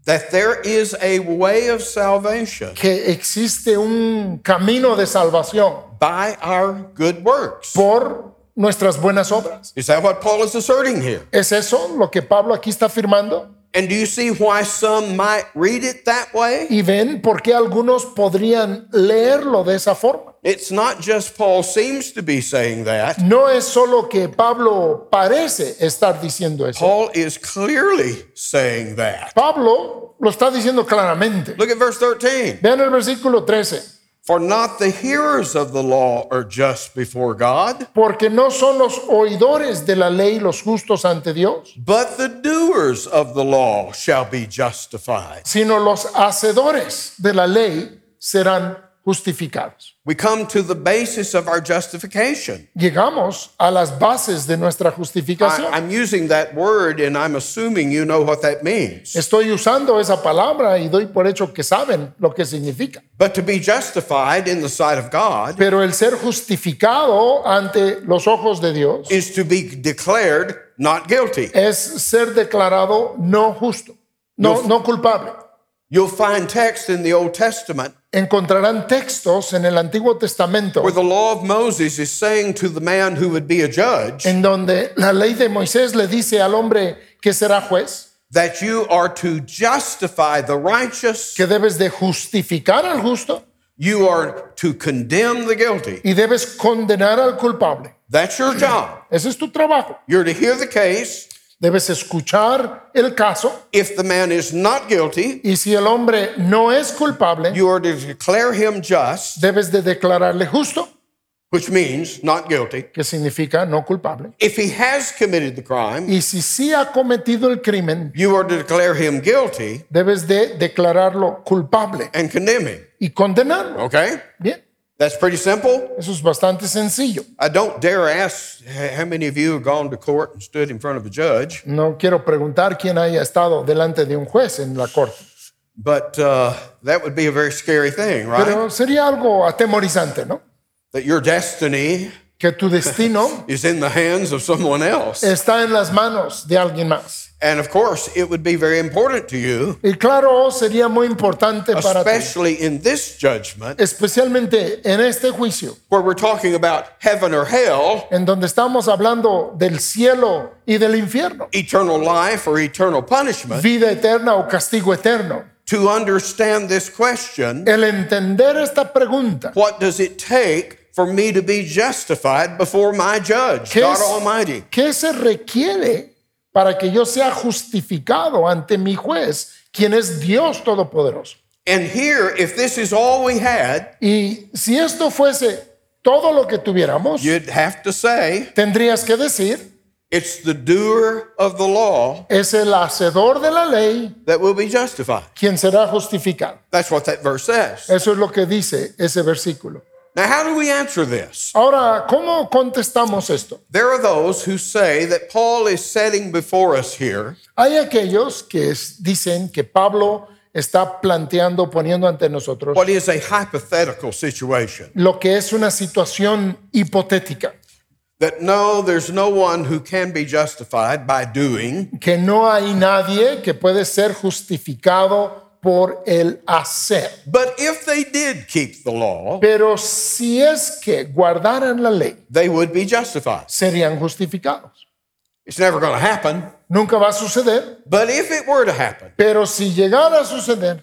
S1: that there is a way of salvation
S2: que existe un camino de salvación
S1: by our good works?
S2: por nuestras buenas obras.
S1: Is that what Paul is asserting here?
S2: ¿Es eso lo que Pablo aquí está afirmando?
S1: And do you see why some might read it that way?
S2: Y ven por qué algunos podrían leerlo de esa forma.
S1: It's not just Paul seems to be saying that.
S2: No es solo que Pablo parece estar diciendo eso.
S1: Paul is clearly saying that.
S2: Pablo lo está diciendo claramente.
S1: Look at verse 13.
S2: Vean el versículo 13.
S1: For not the hearers of the law are just before God,
S2: Porque no son los oidores de la ley los justos ante Dios,
S1: but the doers of the law shall be justified.
S2: sino los hacedores de la ley serán justificados.
S1: We come to the basis of our justification.
S2: Llegamos a las bases de nuestra
S1: I,
S2: justificación.
S1: I'm using that word and I'm assuming you know what that means.
S2: Estoy usando esa palabra y doy por hecho que saben lo que significa.
S1: But to be justified in the sight of God
S2: Pero el ser justificado ante los ojos de Dios
S1: is to be declared not guilty.
S2: es ser declarado no justo, no, no culpable.
S1: You'll find text in the Old Testament
S2: Encontrarán textos en el Antiguo Testamento
S1: where the law of Moses is saying to the man who would be a judge
S2: en donde la ley de Moisés le dice al hombre que será juez,
S1: that you are to justify the righteous,
S2: que debes de justificar al justo
S1: you are to condemn the guilty.
S2: y debes condenar al culpable.
S1: That's your job.
S2: Ese es tu trabajo.
S1: You're to hear the case.
S2: Debes escuchar el caso
S1: If the man is not guilty,
S2: y si el hombre no es culpable,
S1: you are to declare him just,
S2: debes de declararle justo,
S1: which means not guilty.
S2: que significa no culpable.
S1: If he has committed the crime,
S2: Y si sí ha cometido el crimen,
S1: you are to declare him guilty
S2: debes de declararlo culpable.
S1: and condemn him.
S2: y condenarlo.
S1: Okay?
S2: Bien,
S1: That's pretty simple.
S2: eso es bastante sencillo.
S1: I don't dare ask h- how many of you have gone to court and stood in front of a judge,
S2: No quiero preguntar quién haya estado delante de un juez en la corte,
S1: but uh, that would be a very scary thing, right?
S2: pero sería algo atemorizante, ¿no?
S1: that your destiny
S2: Que
S1: [LAUGHS]
S2: tu destino
S1: is in the hands of someone else.
S2: está en las manos de alguien más.
S1: And of course, it would be very important to you,
S2: Y claro, sería muy importante para ti,
S1: especially in this judgment
S2: especialmente en este juicio,
S1: where we're talking about heaven or hell,
S2: en donde estamos hablando del cielo y del infierno,
S1: eternal life or eternal punishment,
S2: vida eterna o castigo eterno.
S1: to understand this question
S2: El entender esta pregunta,
S1: what does it take for me to be justified before my judge,
S2: ¿Qué
S1: God
S2: es-
S1: Almighty?
S2: ¿Qué se requiere para que yo sea justificado ante mi juez, quien es Dios Todopoderoso?
S1: And here, if this is all we had,
S2: Y si esto fuese todo lo que tuviéramos,
S1: you'd have to say
S2: tendrías que decir,
S1: it's the doer of the law
S2: es el hacedor de la ley
S1: that will be justified.
S2: quien será justificado.
S1: That's what that verse says.
S2: Eso es lo que dice ese versículo.
S1: Now, how do we answer this?
S2: Ahora, ¿cómo contestamos esto?
S1: There are those who say that Paul is setting before us here
S2: Hay aquellos que es- dicen que Pablo está planteando, poniendo ante nosotros,
S1: what is a hypothetical situation.
S2: lo que es una situación hipotética,
S1: That no, there's no one who can be justified by doing,
S2: que no hay nadie que puede ser justificado por el hacer.
S1: but if they did keep the law,
S2: Pero si es que guardaran la ley,
S1: they would be justified.
S2: serían justificados.
S1: It's never going to happen,
S2: Nunca va a suceder,
S1: but if it were to happen,
S2: pero si llegara a suceder,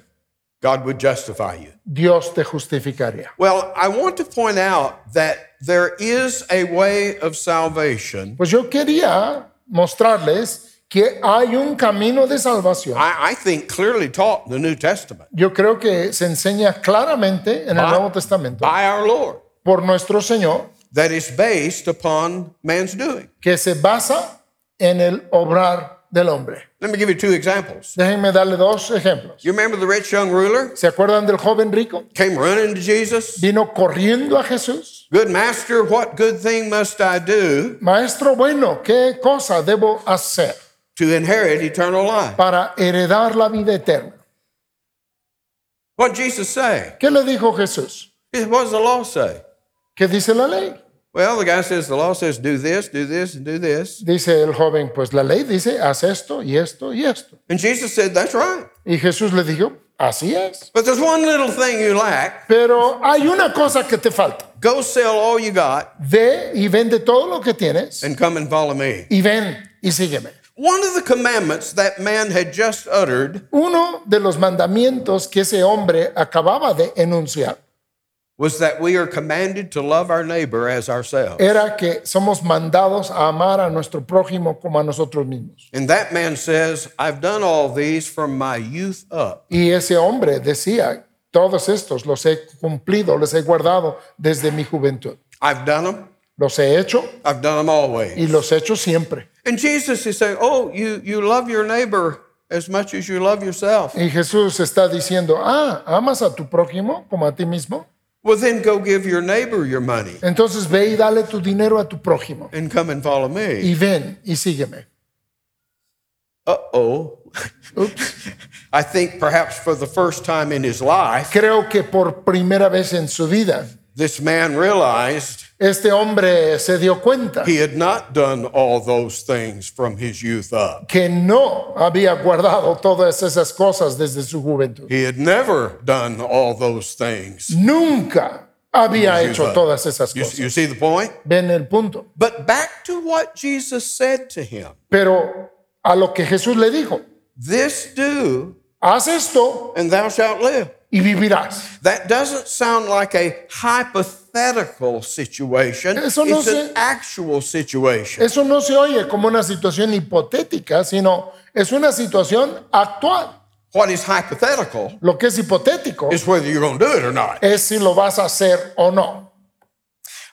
S1: God would justify you.
S2: Dios te justificaría.
S1: Well, I want to point out that there is a way of salvation.
S2: Pues yo quería mostrarles que hay un camino de salvación.
S1: I, I think clearly taught in the New Testament
S2: Yo creo que se enseña claramente en el Nuevo Testamento
S1: by our Lord
S2: por nuestro Señor
S1: that is based upon man's doing.
S2: que se basa en el obrar del hombre.
S1: Let me give you two examples.
S2: Déjenme darle dos ejemplos.
S1: You remember the rich young ruler
S2: ¿Se acuerdan del joven rico?
S1: came running to Jesus?
S2: Vino corriendo a Jesús.
S1: Good master, what good thing must I do
S2: Maestro bueno, ¿qué cosa debo hacer
S1: to inherit eternal life?
S2: para heredar la vida eterna?
S1: What did Jesus say?
S2: ¿Qué le dijo Jesús?
S1: He said, What does the law say?
S2: ¿Qué dice la ley?
S1: Well, the guy says the law says do this, do this, and do this.
S2: Dice el joven, pues la ley dice, haz esto y esto y esto.
S1: And Jesus said, That's right.
S2: Y Jesús le dijo, así es.
S1: But there's one little thing you lack.
S2: Pero hay una cosa que te falta.
S1: Go sell all you got
S2: Ve y vende todo lo que tienes
S1: and come and follow me.
S2: y ven y sígueme.
S1: One of the commandments that man had just uttered
S2: Uno de los mandamientos que ese hombre acababa de enunciar
S1: was that we are commanded to love our neighbor as ourselves.
S2: era que somos mandados a amar a nuestro prójimo como a nosotros mismos.
S1: And that man says, I've done all these from my youth up.
S2: Y ese hombre decía, todos estos los he cumplido, los he guardado desde mi juventud.
S1: I've done them.
S2: Los he hecho
S1: I've done them always.
S2: y los he hecho siempre.
S1: And Jesus is saying, Oh, you, you love your neighbor as much as you love yourself.
S2: Y Jesús está diciendo, ah, ¿amas a tu prójimo como a ti mismo?
S1: Well, then go give your neighbor your money
S2: Entonces ve y dale tu dinero a tu prójimo.
S1: and come and follow me.
S2: Y ven y sígueme.
S1: Uh oh. [LAUGHS] I think perhaps for the first time in his life,
S2: Creo que por primera vez en su vida,
S1: this man realized
S2: este hombre se dio cuenta
S1: he had not done all those things from his youth up.
S2: que no había guardado todas esas cosas desde su juventud.
S1: He had never done all those things.
S2: Nunca había hecho todas esas
S1: You,
S2: cosas.
S1: you see the point?
S2: Ven el punto.
S1: But back to what Jesus said to him
S2: Pero a lo que Jesús le dijo,
S1: this do,
S2: haz esto
S1: and thou shalt live.
S2: y vivirás.
S1: That doesn't sound like a hypothetical situation,
S2: Eso no
S1: it's an
S2: se-
S1: actual situation.
S2: Eso no se oye como una situación hipotética, sino es una situación actual.
S1: What is hypothetical
S2: Lo que es hipotético
S1: is whether you're going to do it or not.
S2: es si lo vas a hacer o no.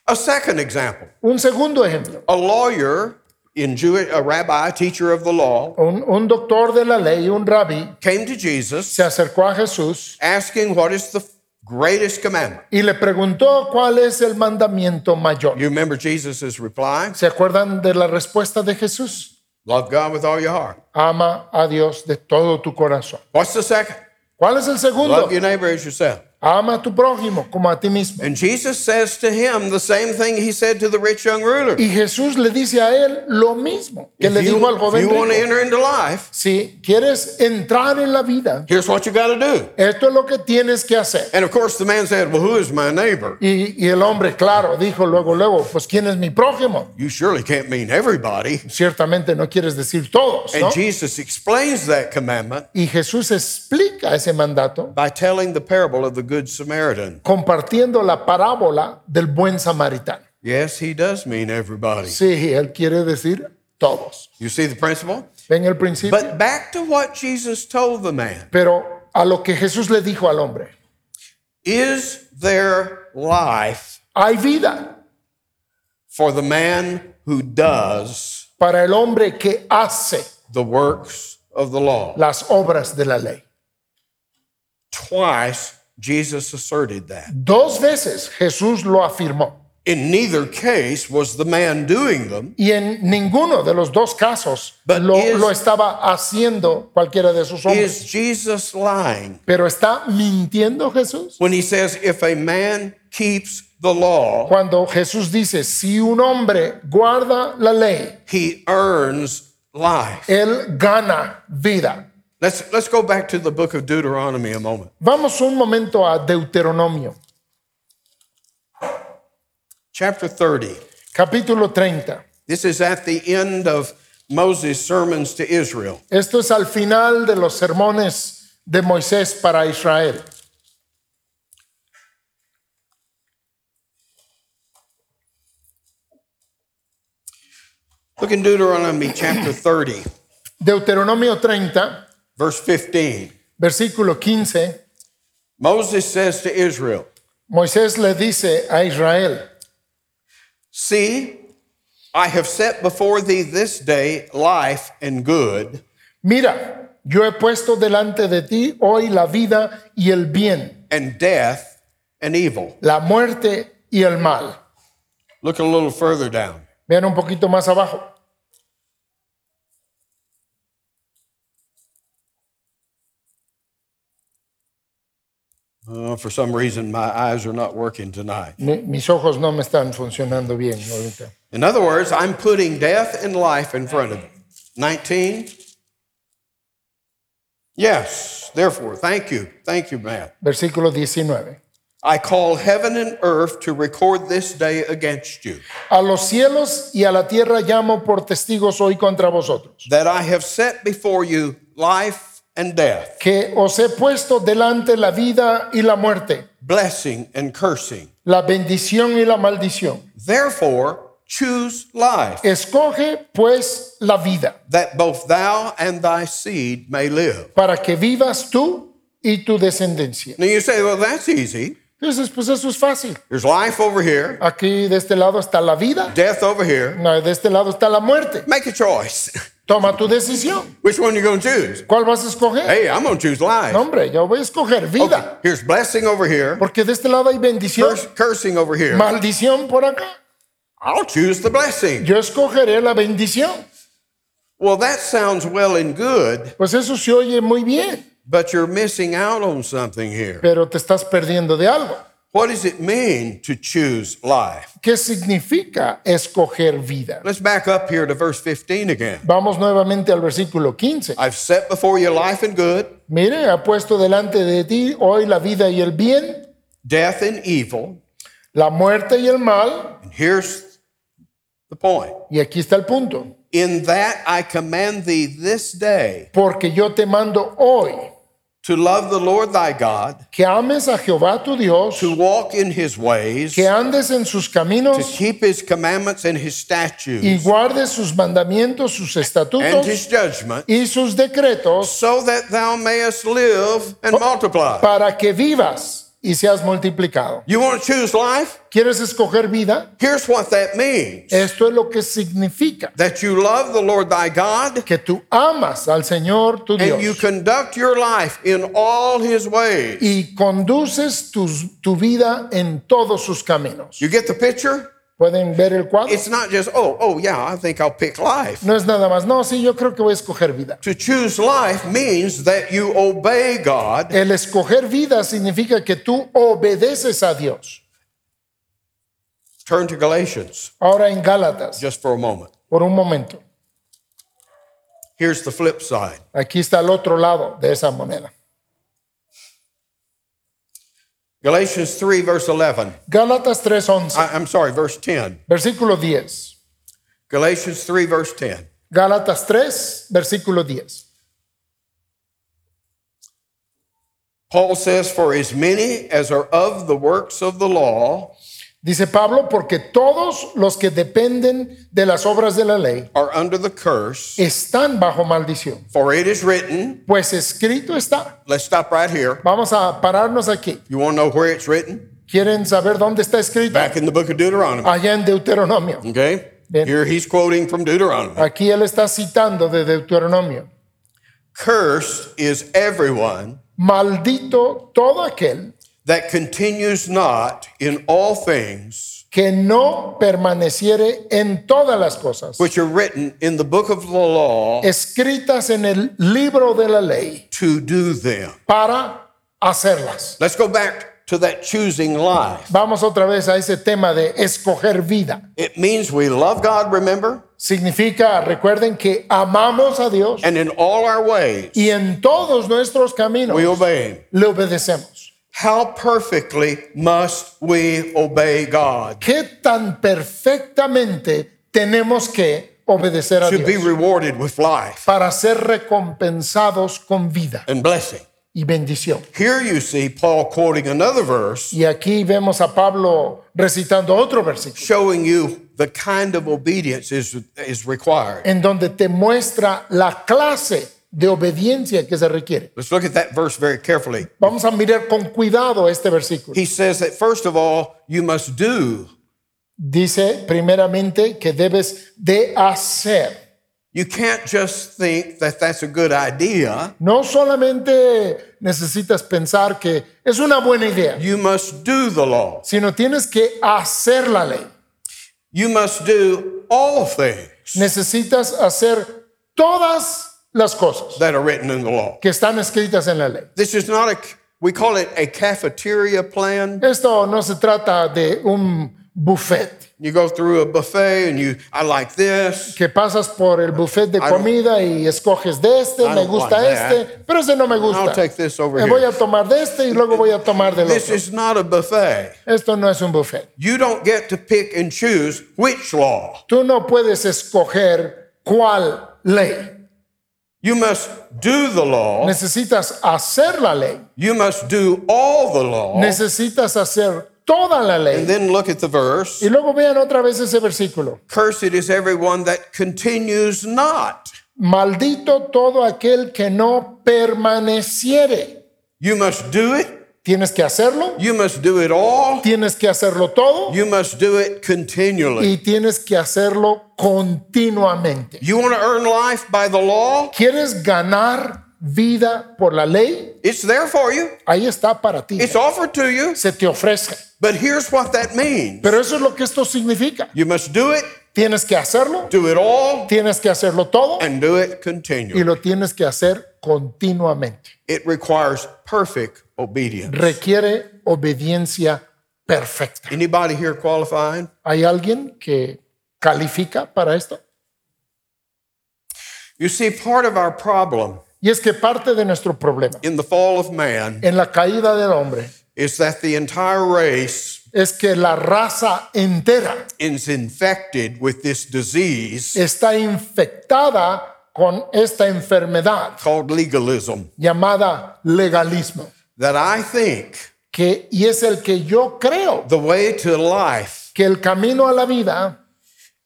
S1: A second example
S2: Un segundo ejemplo.
S1: a lawyer in Jewish, a rabbi, teacher of the law,
S2: Un, un doctor de la ley, un rabí,
S1: came to Jesus
S2: se acercó a Jesús
S1: asking what is the greatest commandment.
S2: y le preguntó cuál es el mandamiento mayor.
S1: You remember Jesus' reply?
S2: ¿Se acuerdan de la respuesta de Jesús?
S1: Love God with all your heart.
S2: Ama a Dios de todo tu corazón.
S1: What's the second?
S2: ¿Cuál es el segundo?
S1: Love your neighbor as yourself.
S2: Ama a tu prójimo como a ti mismo.
S1: And Jesus says to him the same thing he said to the rich young ruler.
S2: Y Jesús le dice a él lo mismo que
S1: If
S2: le
S1: you,
S2: dijo al
S1: if
S2: joven
S1: you want to
S2: rico.
S1: enter into life,
S2: Si quieres entrar en la vida,
S1: here's what you got to do.
S2: esto es lo que tienes que hacer.
S1: And of course, the man said, Well, who is my neighbor?
S2: Y, y el hombre, claro, dijo luego, luego, pues ¿quién es mi prójimo?
S1: You surely can't mean everybody.
S2: Ciertamente no quieres decir todos, ¿no?
S1: And Jesus explains that commandment
S2: Y Jesús explica ese mandato
S1: by telling the parable of the Good Samaritan.
S2: compartiendo la parábola del buen samaritano.
S1: Yes, he does mean everybody.
S2: Sí, él quiere decir todos.
S1: You see the principle?
S2: Ven el principio.
S1: But back to what Jesus told the man
S2: Pero a lo que Jesús le dijo al hombre,
S1: Is there life
S2: hay vida
S1: for the man who does
S2: para el hombre que hace
S1: the works of the law?
S2: las obras de la ley.
S1: Twice Jesus asserted that.
S2: Dos veces Jesús lo afirmó.
S1: In neither case was the man doing them,
S2: Y en ninguno de los dos casos
S1: But
S2: lo,
S1: is-
S2: lo estaba haciendo cualquiera de sus hombres.
S1: Is Jesus lying
S2: Pero está mintiendo Jesús.
S1: when he says, if a man keeps the law,
S2: Cuando Jesús dice, si un hombre guarda la ley,
S1: he earns life?
S2: él gana vida.
S1: Let's, let's go back to the book of Deuteronomy a moment.
S2: Vamos un momento a Deuteronomio,
S1: Chapter 30.
S2: capítulo 30.
S1: This is at the end of Moses' sermons to Israel.
S2: Esto es al final de los sermones de Moisés para Israel.
S1: Look in Deuteronomy chapter 30,
S2: Deuteronomio 30,
S1: verse 15.
S2: versículo 15,
S1: Moses says to Israel,
S2: Moisés le dice a Israel,
S1: See, I have set before thee this day life and good,
S2: mira, yo he puesto delante de ti hoy la vida y el bien,
S1: and death and evil.
S2: la muerte y el mal.
S1: Look a little further down.
S2: Vean un poquito más abajo.
S1: Uh, for some reason, my eyes are not working tonight.
S2: Mi- mis ojos no me están funcionando bien ahorita.
S1: In other words, I'm putting death and life in front of it. 19. Yes, therefore, thank you. Thank you, Matt.
S2: Versículo 19.
S1: I call heaven and earth to record this day against you,
S2: A los cielos y a la tierra llamo por testigos hoy contra vosotros,
S1: that I have set before you life and death,
S2: que os he puesto delante la vida y la muerte,
S1: blessing and cursing.
S2: la bendición y la maldición.
S1: Therefore, choose life,
S2: Escoge pues la vida,
S1: that both thou and thy seed may live.
S2: para que vivas tú y tu descendencia.
S1: Now you say, well, that's easy.
S2: Entonces, pues eso es fácil.
S1: There's life over here,
S2: Aquí de este lado está la vida,
S1: death over here.
S2: no, de este lado está la muerte.
S1: Make a choice. [LAUGHS]
S2: Toma tu decisión.
S1: Which one you going to choose?
S2: ¿Cuál vas a escoger?
S1: Hey, I'm going to choose
S2: No,
S1: life.
S2: hombre, yo voy a escoger vida.
S1: Okay, here's blessing over here,
S2: Porque de este lado hay bendición,
S1: curse, cursing over here.
S2: maldición por acá.
S1: I'll choose the blessing.
S2: Yo escogeré la bendición.
S1: Well, that sounds well and good,
S2: Pues eso se oye muy bien,
S1: but you're missing out on something here.
S2: pero te estás perdiendo de algo.
S1: What does it mean to choose life?
S2: ¿Qué significa escoger vida?
S1: Let's back up here to verse 15 again.
S2: Vamos nuevamente al versículo 15.
S1: I've set before you life and good,
S2: Mire, ha puesto delante de ti hoy la vida y el bien,
S1: death and evil.
S2: la muerte y el mal.
S1: And here's the point.
S2: Y aquí está el punto.
S1: In that I command thee this day
S2: Porque yo te mando hoy
S1: to love the Lord thy God,
S2: que ames a Jehová tu Dios,
S1: to walk in his ways,
S2: que andes en sus
S1: to
S2: caminos
S1: keep his commandments and his
S2: y
S1: statutes
S2: guardes sus mandamientos, sus
S1: and
S2: estatutos
S1: his judgment,
S2: y sus decretos
S1: so that thou mayest live and multiply.
S2: para que vivas y seas multiplicado.
S1: You want to choose life?
S2: ¿Quieres escoger vida?
S1: Here's what that means
S2: Esto es lo que significa
S1: that you love the Lord thy God
S2: que tú amas al Señor tu
S1: and you
S2: Dios
S1: conduct your life in all his ways.
S2: y conduces tus- tu vida en todos sus caminos.
S1: You get the picture?
S2: ¿Pueden ver el cuadro?
S1: It's not just, oh, oh, yeah, I think I'll pick life.
S2: No es nada más. No, sí, yo creo que voy a escoger vida.
S1: To choose life means that you obey God
S2: El escoger vida significa que tú obedeces a Dios.
S1: Turn to Galatians
S2: Ahora en Gálatas,
S1: just for a moment.
S2: por un momento.
S1: Here's the flip side.
S2: Aquí está el otro lado de esa moneda.
S1: Galatians 3, verse 11.
S2: Gálatas 3:11,
S1: I, am sorry, verse 10.
S2: versículo 10.
S1: Galatians 3, verse 10.
S2: Gálatas 3, versículo 10.
S1: Paul says, For as many as are of the works of the law
S2: Dice Pablo, porque todos los que dependen de las obras de la ley
S1: are under the curse,
S2: están bajo maldición.
S1: for it is written,
S2: Pues escrito está.
S1: let's stop right here.
S2: Vamos a pararnos aquí.
S1: You want to know where it's written?
S2: ¿Quieren saber dónde está escrito?
S1: Back in the book of Deuteronomy.
S2: Allá en Deuteronomio.
S1: Okay?
S2: Then-
S1: Here he's quoting from Deuteronomy.
S2: Aquí él está citando de Deuteronomio.
S1: Cursed is everyone
S2: Maldito todo aquel
S1: that continues not in all things
S2: que no permaneciere en todas las cosas
S1: which are written in the book of the law
S2: escritas en el libro de la ley
S1: to do them.
S2: para hacerlas.
S1: Let's go back to that choosing life.
S2: Vamos otra vez a ese tema de escoger vida.
S1: It means we love God, remember,
S2: Significa, recuerden que amamos a Dios
S1: and in all our ways
S2: y en todos nuestros caminos
S1: we obey Him.
S2: le obedecemos.
S1: How perfectly must we obey God
S2: ¿Qué tan perfectamente tenemos que obedecer a
S1: to be
S2: Dios
S1: rewarded with life
S2: para ser recompensados con vida
S1: and blessing?
S2: y bendición?
S1: Here you see Paul quoting another verse
S2: Y aquí vemos a Pablo recitando otro versículo
S1: showing you the kind of obedience is, is required.
S2: en donde te muestra la clase de obediencia que se requiere.
S1: Let's look at that verse very carefully.
S2: Vamos a mirar con cuidado este versículo.
S1: He says that first of all, you must do.
S2: Dice primeramente que debes de hacer.
S1: You can't just think that that's a good idea.
S2: No solamente necesitas pensar que es una buena idea,
S1: You must do the law.
S2: sino tienes que hacer la ley.
S1: You must do all things
S2: Necesitas hacer todas las cosas
S1: that are written in the law.
S2: que están escritas en la ley.
S1: This is not a, we call it a cafeteria plan.
S2: Esto no se trata de un buffet,
S1: You go through a buffet and you, I like this.
S2: que pasas por el buffet de
S1: don't-
S2: comida y escoges de este,
S1: I
S2: me
S1: don't
S2: gusta
S1: want that.
S2: este, pero ese no me
S1: I'll
S2: gusta.
S1: take this over
S2: Me voy
S1: here.
S2: a tomar de este y luego voy a tomar del
S1: This
S2: otro.
S1: is not a buffet.
S2: Esto no es un buffet.
S1: You don't get to pick and choose which law.
S2: Tú no puedes escoger cuál ley.
S1: You must do the law.
S2: Necesitas hacer la ley.
S1: You must do all the law.
S2: Necesitas hacer toda la
S1: And
S2: ley.
S1: then look at the verse.
S2: Y luego vean otra vez ese versículo.
S1: Cursed is everyone that continues not.
S2: Maldito todo aquel que no permaneciere.
S1: You must do it.
S2: Tienes que hacerlo,
S1: You must do it all.
S2: tienes que hacerlo todo
S1: You must do it continually.
S2: y tienes que hacerlo continuamente.
S1: You want to earn life by the law?
S2: ¿Quieres ganar vida por la ley?
S1: It's there for you.
S2: Ahí está para ti.
S1: It's offered to you.
S2: Se te ofrece.
S1: But here's what that means.
S2: Pero eso es lo que esto significa.
S1: You must do it,
S2: Tienes que hacerlo,
S1: do it all,
S2: tienes que hacerlo todo
S1: and do it
S2: y
S1: continually.
S2: lo tienes que hacer continuamente.
S1: It requires perfect obedience.
S2: Requiere obediencia perfecta.
S1: Anybody here qualifying?
S2: ¿Hay alguien que califica para esto?
S1: You see, part of our problem
S2: Y es que parte de nuestro problema
S1: in the fall of man
S2: en la caída del hombre
S1: is that the entire race
S2: es que la raza entera
S1: is infected with this disease
S2: está infectada con esta enfermedad
S1: called legalism.
S2: llamada legalismo,
S1: That I think
S2: que y es el que yo creo
S1: the way to life
S2: que el camino a la vida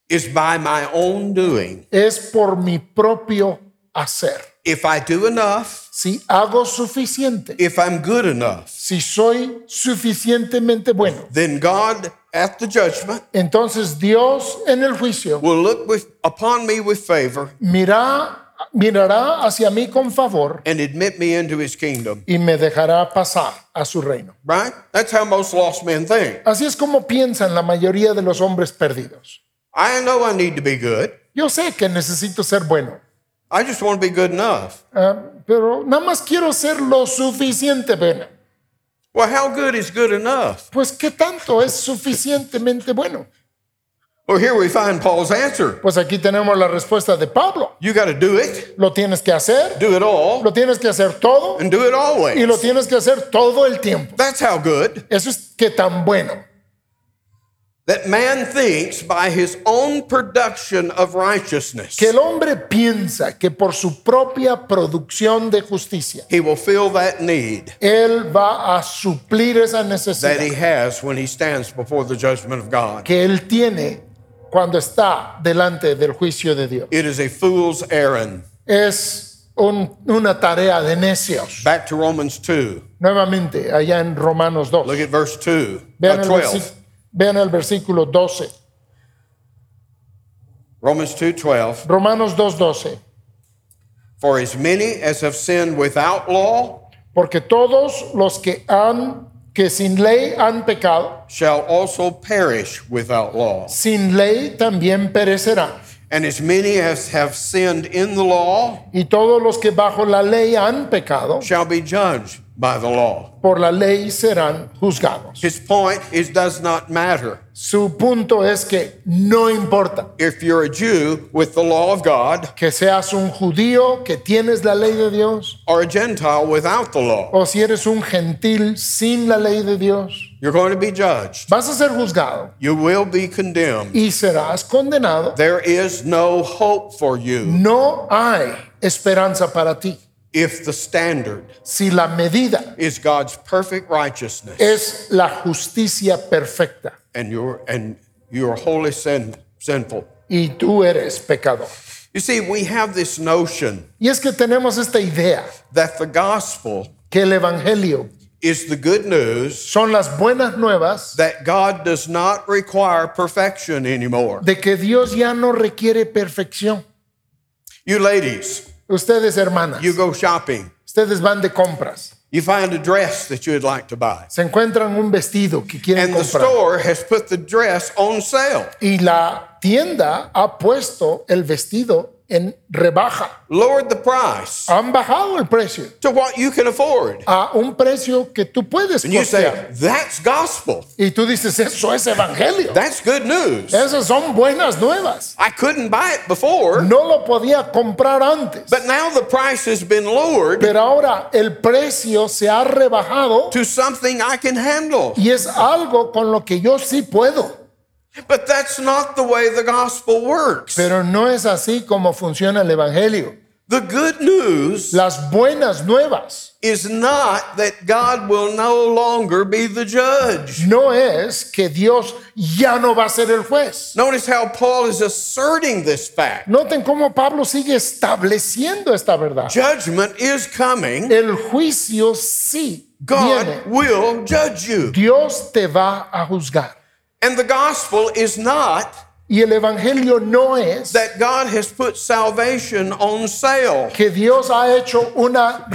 S1: is by my own doing.
S2: es por mi propio hacer.
S1: If I do enough,
S2: Si hago suficiente,
S1: if I'm good enough,
S2: si soy suficientemente bueno,
S1: then God at the judgment
S2: entonces Dios en el juicio
S1: will look with, upon me with favor
S2: mirá- mirará hacia mí con favor
S1: and admit me into his kingdom.
S2: y me dejará pasar a su reino.
S1: Right? That's how most lost men think.
S2: Así es como piensan la mayoría de los hombres perdidos.
S1: I know I need to be good.
S2: Yo sé que necesito ser bueno,
S1: I just want to be good enough.
S2: ah, pero nada más quiero ser lo suficiente bueno.
S1: Well, how good is good enough?
S2: Pues ¿qué tanto es suficientemente bueno?
S1: Well, here we find Paul's answer.
S2: Pues aquí tenemos la respuesta de Pablo.
S1: You got to do it,
S2: Lo tienes que hacer,
S1: do it all,
S2: lo tienes que hacer todo
S1: and do it
S2: y lo
S1: always.
S2: tienes que hacer todo el tiempo.
S1: That's how good
S2: Eso es que tan bueno.
S1: that man thinks by his own production of righteousness,
S2: Que el hombre piensa que por su propia producción de justicia,
S1: he will fill that need
S2: él va a suplir esa
S1: that he
S2: necesidad
S1: has when he stands before the judgment of God.
S2: que él tiene cuando está delante del juicio de Dios.
S1: It is a fool's errand.
S2: Es un- una tarea de necios.
S1: Back to Romans 2.
S2: Nuevamente, allá en Romanos 2.
S1: Look at verse 2.
S2: Vean
S1: uh,
S2: el,
S1: 12.
S2: versi- vean el versículo 12.
S1: Romans 2 12.
S2: Romanos 2, 12.
S1: For as many as have sinned without law
S2: Porque todos los que han que sin ley han pecado,
S1: shall also perish without law.
S2: sin ley también perecerán.
S1: And as many as have sinned in the law
S2: Y todos los que bajo la ley han pecado,
S1: shall be judged by the law.
S2: por la ley serán juzgados.
S1: His point is does not matter.
S2: Su punto es que no importa
S1: If you're a Jew with the law of God
S2: que seas un judío que tienes la ley de Dios
S1: or a Gentile without the law,
S2: o si eres un gentil sin la ley de Dios,
S1: you're going to be judged.
S2: vas a ser juzgado
S1: You will be condemned.
S2: y serás condenado.
S1: There is no hope for you
S2: No hay esperanza para ti
S1: if the standard
S2: si la medida
S1: is God's perfect righteousness
S2: es la justicia perfecta
S1: and you're and you're wholly sin, sinful.
S2: y tú eres pecador.
S1: You see, we have this notion
S2: Y es que tenemos esta idea
S1: that the gospel
S2: que el Evangelio
S1: is the good news
S2: son las buenas nuevas
S1: that God does not require perfection anymore.
S2: de que Dios ya no requiere perfección.
S1: You ladies,
S2: Ustedes, hermanas,
S1: you go shopping.
S2: ustedes van de compras,
S1: You find a dress that you'd like to buy.
S2: se encuentran un vestido que quieren
S1: And the
S2: comprar
S1: store has put the dress on sale,
S2: y la tienda ha puesto el vestido en rebaja.
S1: lowered the price
S2: Han bajado el precio
S1: to what you can afford.
S2: a un precio que tú puedes
S1: And you
S2: costear.
S1: say, that's gospel.
S2: Y tú dices, eso es evangelio.
S1: That's good news.
S2: Esas son buenas nuevas.
S1: I couldn't buy it before,
S2: No lo podía comprar antes.
S1: but now the price has been lowered
S2: Pero ahora el precio se ha rebajado
S1: to something I can handle.
S2: y es algo con lo que yo sí puedo.
S1: But that's not the way the gospel works.
S2: Pero no es así como funciona el Evangelio.
S1: The good news
S2: Las buenas nuevas
S1: is not that God will no longer be the judge.
S2: no es que Dios ya no va a ser el juez.
S1: Notice how Paul is asserting this fact.
S2: Noten cómo Pablo sigue estableciendo esta verdad.
S1: Judgment is coming.
S2: El juicio sí
S1: God
S2: viene.
S1: will judge you.
S2: Dios te va a juzgar.
S1: And the gospel is not
S2: Y el Evangelio no es
S1: that God has put salvation on sale.
S2: que Dios ha hecho una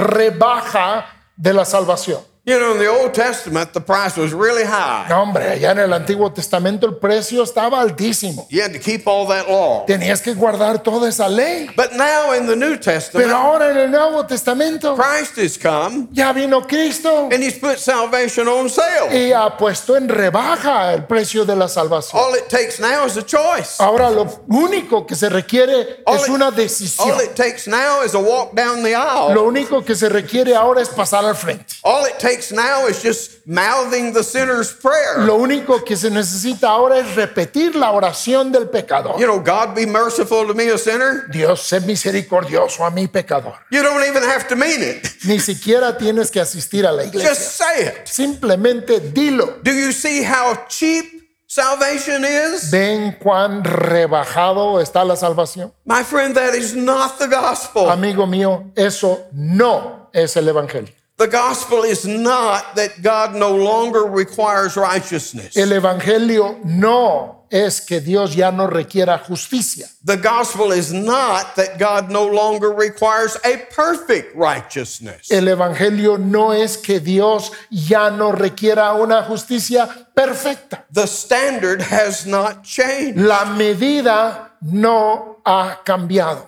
S2: rebaja de la salvación.
S1: You know, in the Old Testament, the price was really high.
S2: No, hombre, allá en el Antiguo Testamento el precio estaba altísimo.
S1: You had to keep all that law.
S2: Tenías que guardar toda esa ley.
S1: But now in the New
S2: Pero
S1: Testament,
S2: ahora en el Nuevo Testamento
S1: Christ has come
S2: ya vino Cristo
S1: and he's put salvation on sale.
S2: y ha puesto en rebaja el precio de la salvación.
S1: All it takes now is a choice.
S2: Ahora lo único que se requiere
S1: All
S2: es
S1: it-
S2: una
S1: All
S2: decisión.
S1: it takes now is a walk down the
S2: Lo
S1: aisle.
S2: único que se requiere ahora es pasar al frente.
S1: All it takes now is just mouthing the sinner's prayer.
S2: Lo único que se necesita ahora es repetir la oración del pecador.
S1: You know, God be merciful to me, a sinner.
S2: Dios, sé misericordioso a mi pecador.
S1: You don't even have to mean it.
S2: Ni siquiera tienes que asistir a la iglesia.
S1: Just say it.
S2: Simplemente dilo.
S1: Do you see how cheap salvation is?
S2: Ven cuán rebajado está la salvación.
S1: My friend, that is not the gospel.
S2: Amigo mío, eso no es el Evangelio.
S1: The gospel is not that God no longer requires righteousness.
S2: El Evangelio no es que Dios ya no requiera justicia.
S1: The gospel is not that God no longer requires a perfect righteousness.
S2: El Evangelio no es que Dios ya no requiera una justicia perfecta.
S1: The standard has not changed.
S2: La medida no ha cambiado.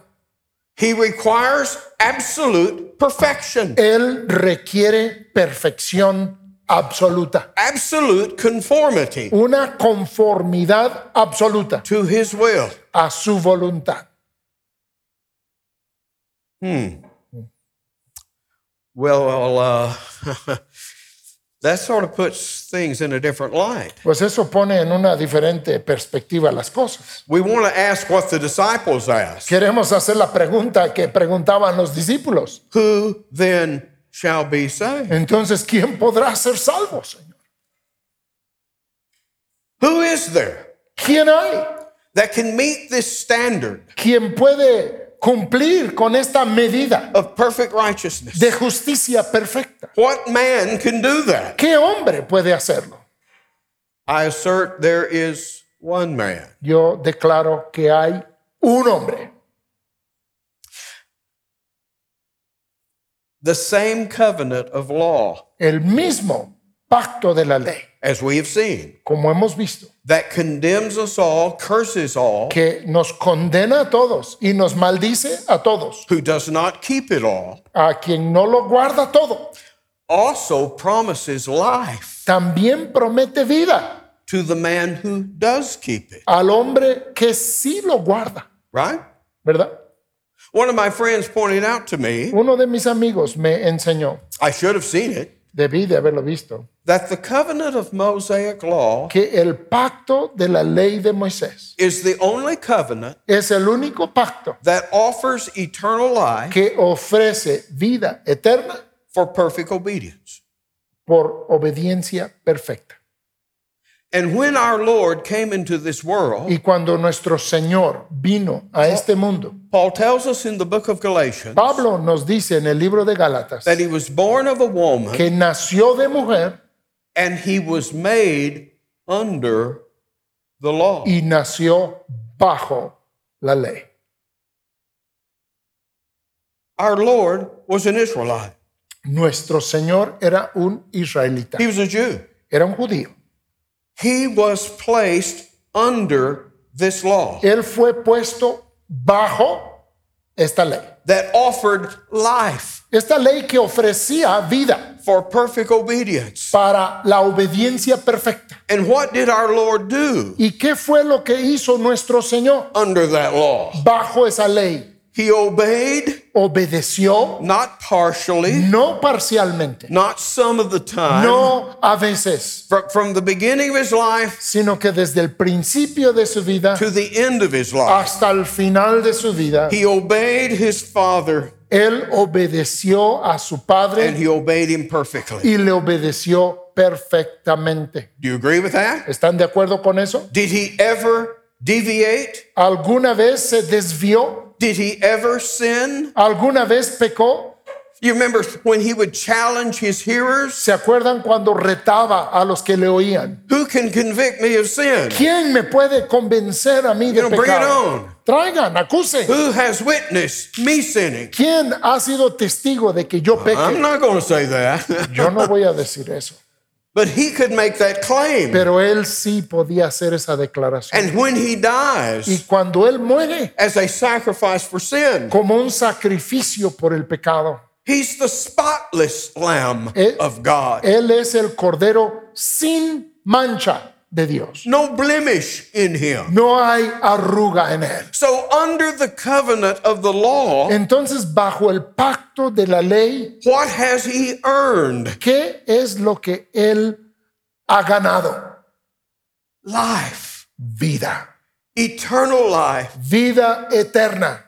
S1: He requires absolute perfection,
S2: Él requiere perfección absoluta,
S1: absolute conformity
S2: una conformidad absoluta
S1: to his will.
S2: a su voluntad.
S1: Well, well uh, [LAUGHS] that sort of puts things in a different light.
S2: Pues eso pone en una diferente perspectiva las cosas.
S1: We want to ask what the disciples asked
S2: Queremos hacer la pregunta que preguntaban los discípulos.
S1: Who then shall be saved?
S2: Entonces, ¿quién podrá ser salvo, Señor?
S1: Who is there
S2: ¿Quién hay?
S1: that can meet this standard
S2: ¿Quién puede cumplir con esta medida
S1: of perfect righteousness?
S2: de justicia perfecta?
S1: What man can do that?
S2: ¿Qué hombre puede hacerlo?
S1: I assert there is one man.
S2: Yo declaro que hay un hombre.
S1: The same covenant of law
S2: El mismo pacto de la ley,
S1: as we have seen,
S2: como hemos visto,
S1: that condemns us all, curses all,
S2: que nos condena a todos y nos maldice a todos.
S1: who does not keep it all,
S2: A quien no lo guarda todo,
S1: also promises life
S2: también promete vida
S1: to the man who does keep it,
S2: al hombre que sí lo guarda,
S1: right?
S2: ¿verdad?
S1: One of my friends pointed out to me,
S2: Uno de mis amigos me enseñó,
S1: I should have seen it,
S2: debí de haberlo visto,
S1: that the covenant of Mosaic law
S2: que el pacto de la ley de Moisés
S1: is the only covenant
S2: es el único pacto
S1: that offers eternal life
S2: que ofrece vida eterna
S1: for perfect obedience.
S2: por obediencia perfecta.
S1: And when our Lord came into this world,
S2: Y cuando nuestro Señor vino a este mundo,
S1: Paul tells us in the book of Galatians
S2: Pablo nos dice en el libro de Gálatas
S1: that he was born of a woman
S2: que nació de mujer
S1: and he was made under the law.
S2: y nació bajo la ley.
S1: Our Lord was an Israelite,
S2: Nuestro Señor era un israelita,
S1: he was a Jew.
S2: era un judío.
S1: He was placed under this law
S2: Él fue puesto bajo esta ley.
S1: that offered life
S2: Esta ley que ofrecía vida
S1: for perfect obedience.
S2: para la obediencia perfecta.
S1: And what did our Lord do
S2: ¿Y qué fue lo que hizo nuestro Señor
S1: under that law?
S2: bajo esa ley?
S1: He obeyed
S2: Obedeció
S1: not partially,
S2: no parcialmente,
S1: not some of the time.
S2: no a veces,
S1: Fr- From the beginning of his life
S2: sino que desde el principio de su vida
S1: to the end of his life,
S2: hasta el final de su vida,
S1: he obeyed his father
S2: él obedeció a su
S1: and
S2: padre
S1: he obeyed him perfectly.
S2: y le obedeció perfectamente.
S1: Do you agree with that?
S2: ¿Están de acuerdo con eso?
S1: Did he ever deviate?
S2: ¿Alguna vez se desvió?
S1: Did he ever sin?
S2: ¿Alguna vez pecó?
S1: You remember when he would challenge his hearers?
S2: ¿Se acuerdan cuando retaba a los que le oían?
S1: Who can convict me of sin?
S2: ¿Quién me puede convencer a mí de
S1: You know, bring it
S2: pecado?
S1: on.
S2: Traigan, acusen.
S1: Who has witnessed me sinning?
S2: ¿Quién ha sido testigo de que yo
S1: I'm
S2: peque?
S1: not going to say that. [LAUGHS]
S2: Yo no voy a decir eso.
S1: but he could make that claim.
S2: Pero él sí podía hacer esa declaración.
S1: And when he
S2: Y
S1: dies
S2: cuando él muere
S1: as a sacrifice for sin,
S2: como un sacrificio por el pecado,
S1: he's the spotless Lamb
S2: Eh,
S1: of God.
S2: él es el cordero sin mancha de Dios.
S1: No blemish in him.
S2: No hay arruga en él.
S1: So, under the covenant of the law,
S2: Entonces, bajo el pacto de la ley,
S1: what has he earned?
S2: ¿qué es lo que él ha ganado?
S1: Life,
S2: Vida,
S1: eternal life.
S2: vida eterna.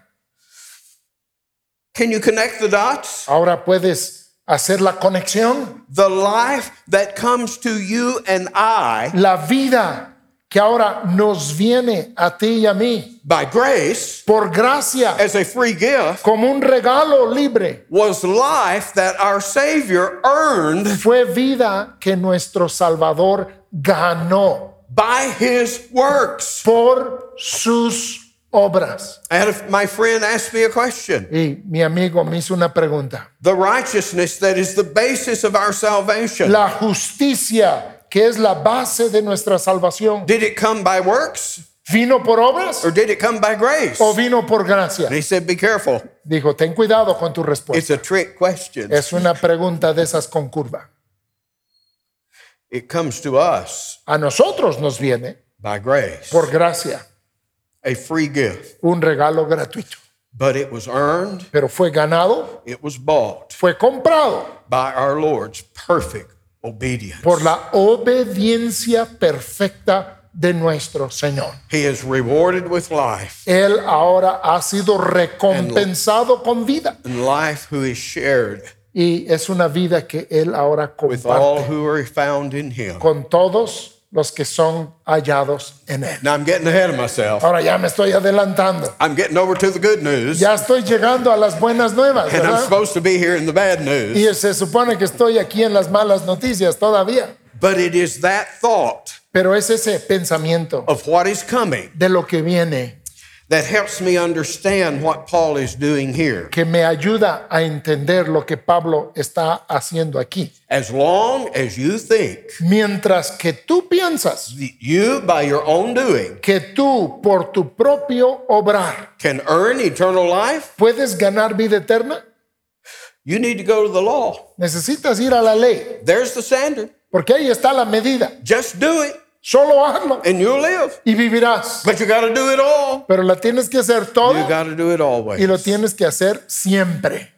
S1: Can you connect the dots?
S2: Ahora puedes hacer la conexión.
S1: The life that comes to you and I
S2: La vida que ahora nos viene a ti y a mí
S1: by grace
S2: por gracia,
S1: as a free gift
S2: como un regalo libre,
S1: was life that our Savior earned
S2: fue vida que nuestro Salvador ganó
S1: by his works.
S2: por sus obras.
S1: I had a, my friend asked me a question.
S2: Y mi amigo me hizo una pregunta.
S1: The righteousness that is the basis of our salvation,
S2: la justicia que es la base de nuestra salvación.
S1: did it come by works
S2: ¿Vino por obras
S1: or did it come by grace?
S2: o
S1: And
S2: vino por gracia?
S1: he said, Be careful.
S2: Dijo, ten cuidado con tu
S1: It's
S2: respuesta.
S1: a trick question.
S2: Es una pregunta de esas con curva.
S1: It comes to us
S2: A nosotros nos viene
S1: by grace,
S2: por gracia
S1: a free gift,
S2: un regalo gratuito,
S1: but it was earned,
S2: pero fue ganado,
S1: it was bought
S2: fue comprado
S1: by our Lord's perfect obedience.
S2: por la obediencia perfecta de nuestro Señor.
S1: He is rewarded with life,
S2: Él ahora ha sido recompensado con vida
S1: and life who is shared
S2: y es una vida que él ahora
S1: with
S2: comparte.
S1: all who are found in Him.
S2: con todos los que son hallados en él.
S1: Now I'm getting ahead of myself.
S2: Ahora ya me estoy adelantando.
S1: I'm getting over to the good news,
S2: Ya estoy llegando a las buenas nuevas,
S1: and I'm
S2: ¿verdad?
S1: supposed to be here in the bad news,
S2: Y se supone que estoy aquí en las malas noticias todavía.
S1: but it is that thought
S2: Pero es ese pensamiento
S1: of what is coming
S2: de lo que viene
S1: that helps me understand what Paul is doing here.
S2: que me ayuda a entender lo que Pablo está haciendo aquí.
S1: As long as you think
S2: Mientras que tú piensas
S1: that you, by your own doing,
S2: que tú por tu propio obrar
S1: can earn eternal life,
S2: puedes ganar vida eterna,
S1: you need to go to the law.
S2: necesitas ir a la ley,
S1: There's the standard.
S2: porque ahí está la medida.
S1: Just do it
S2: Solo hazlo
S1: and you'll live.
S2: y vivirás.
S1: But you got to do it all.
S2: Pero la tienes que hacer
S1: You
S2: todo
S1: got to do it
S2: y lo
S1: always.
S2: tienes que hacer siempre.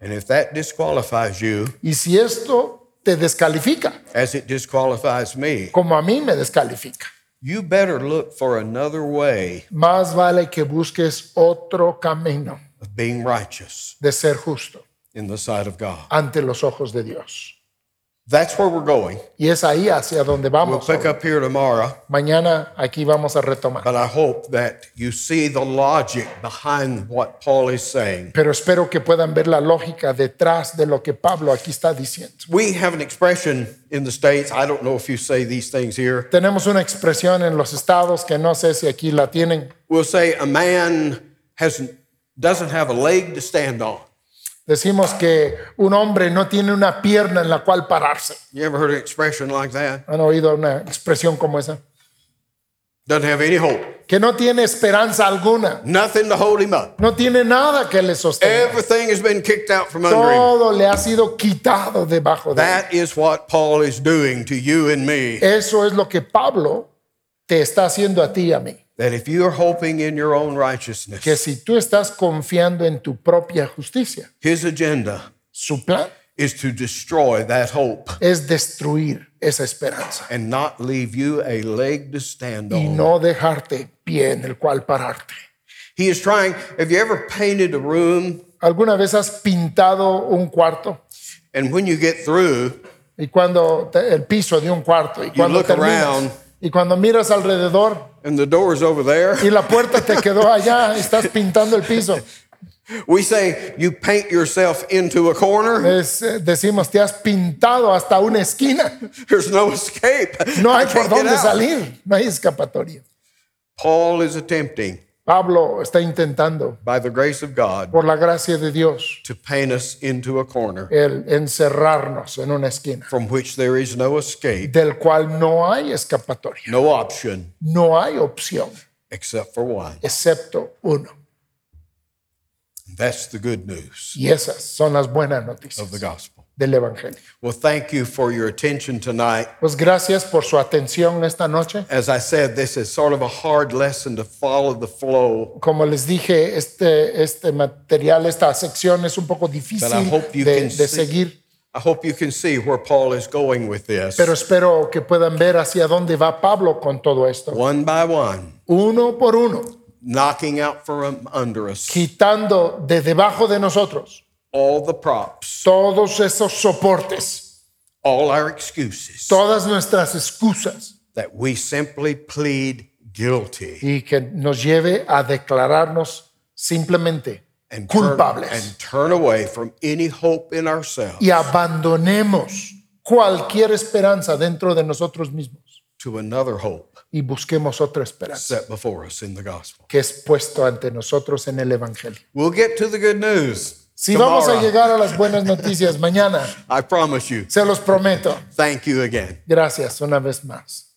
S1: And if that disqualifies you,
S2: Y si esto te descalifica,
S1: as it disqualifies me,
S2: como a mí me descalifica,
S1: you better look for another way
S2: más vale que busques otro camino
S1: of being righteous
S2: de ser justo
S1: in the sight of God.
S2: ante los ojos de Dios.
S1: That's where we're going.
S2: Y es ahí hacia donde
S1: We'll
S2: vamos.
S1: pick up here tomorrow,
S2: Mañana aquí vamos a retomar.
S1: but I hope that you see the logic behind what Paul is saying.
S2: Pero espero que puedan ver la lógica detrás de lo que Pablo aquí está diciendo.
S1: We have an expression in the States. I don't know if you say these things here.
S2: Tenemos una expresión en los estados que no sé si aquí la tienen.
S1: We'll say a man has, doesn't have a leg to stand on.
S2: Decimos que un hombre no tiene una pierna en la cual pararse.
S1: You ever heard an expression like that?
S2: ¿Han oído una expresión como esa?
S1: Doesn't have any hope.
S2: Que no tiene esperanza alguna.
S1: Nothing to hold him up.
S2: No tiene nada que le sostenga.
S1: Everything has been kicked out from under him.
S2: Todo le ha sido quitado debajo de él.
S1: That is what Paul is doing to you and me.
S2: Eso es lo que Pablo te está haciendo a ti y a mí.
S1: That if you are hoping in your own
S2: que
S1: righteousness,
S2: si tú estás confiando en tu propia justicia,
S1: his agenda
S2: su plan
S1: is to destroy that hope
S2: es destruir esa esperanza
S1: and not leave you a leg to stand
S2: y
S1: on.
S2: no dejarte pie en el cual pararte.
S1: He is trying, have you ever painted a room
S2: ¿Alguna vez has pintado un cuarto
S1: and when you get through,
S2: y cuando te- el piso de un cuarto y cuando
S1: look
S2: terminas
S1: around.
S2: y cuando miras alrededor
S1: and the door's over there,
S2: y la puerta te quedó allá, estás pintando el piso,
S1: [LAUGHS] we say you paint yourself into a corner.
S2: Es, eh, decimos te has pintado hasta una esquina,
S1: There's no escape.
S2: no
S1: I
S2: hay por
S1: can't get
S2: dónde
S1: out.
S2: salir, no hay escapatoria.
S1: Paul is attempting,
S2: Pablo está intentando
S1: by the grace of God,
S2: por la gracia de Dios
S1: to paint us into a corner
S2: el encerrarnos en una esquina
S1: from which there is no escape,
S2: del cual no hay escapatoria,
S1: no option
S2: no hay opción,
S1: except for one.
S2: excepto uno.
S1: That's the good news
S2: Y esas son las buenas noticias
S1: of the gospel.
S2: del Evangelio.
S1: Well, thank you for your attention tonight.
S2: Pues gracias por su atención esta noche.
S1: As I said, this is sort of a hard lesson to follow the flow,
S2: Como les dije, este, este material, esta sección es un poco difícil
S1: But I hope you
S2: de,
S1: can
S2: de
S1: see-
S2: seguir,
S1: I hope you can see where Paul is going with this.
S2: pero espero que puedan ver hacia dónde va Pablo con todo esto.
S1: One by one,
S2: Uno por uno,
S1: knocking out from under us
S2: quitando de debajo de nosotros
S1: all the props,
S2: todos esos soportes
S1: all our excuses
S2: todas nuestras excusas
S1: that we simply plead guilty
S2: y que nos lleve a declararnos simplemente
S1: and turn,
S2: culpables
S1: and turn away from any hope in ourselves
S2: y abandonemos cualquier esperanza dentro de nosotros mismos
S1: to another hope
S2: y busquemos otra esperanza
S1: set before us in the gospel.
S2: que es puesto ante nosotros en el Evangelio.
S1: We'll get to the good news.
S2: Si vamos a
S1: tomorrow.
S2: llegar a las buenas noticias mañana,
S1: I promise you.
S2: se los prometo.
S1: Thank you again.
S2: Gracias una vez más.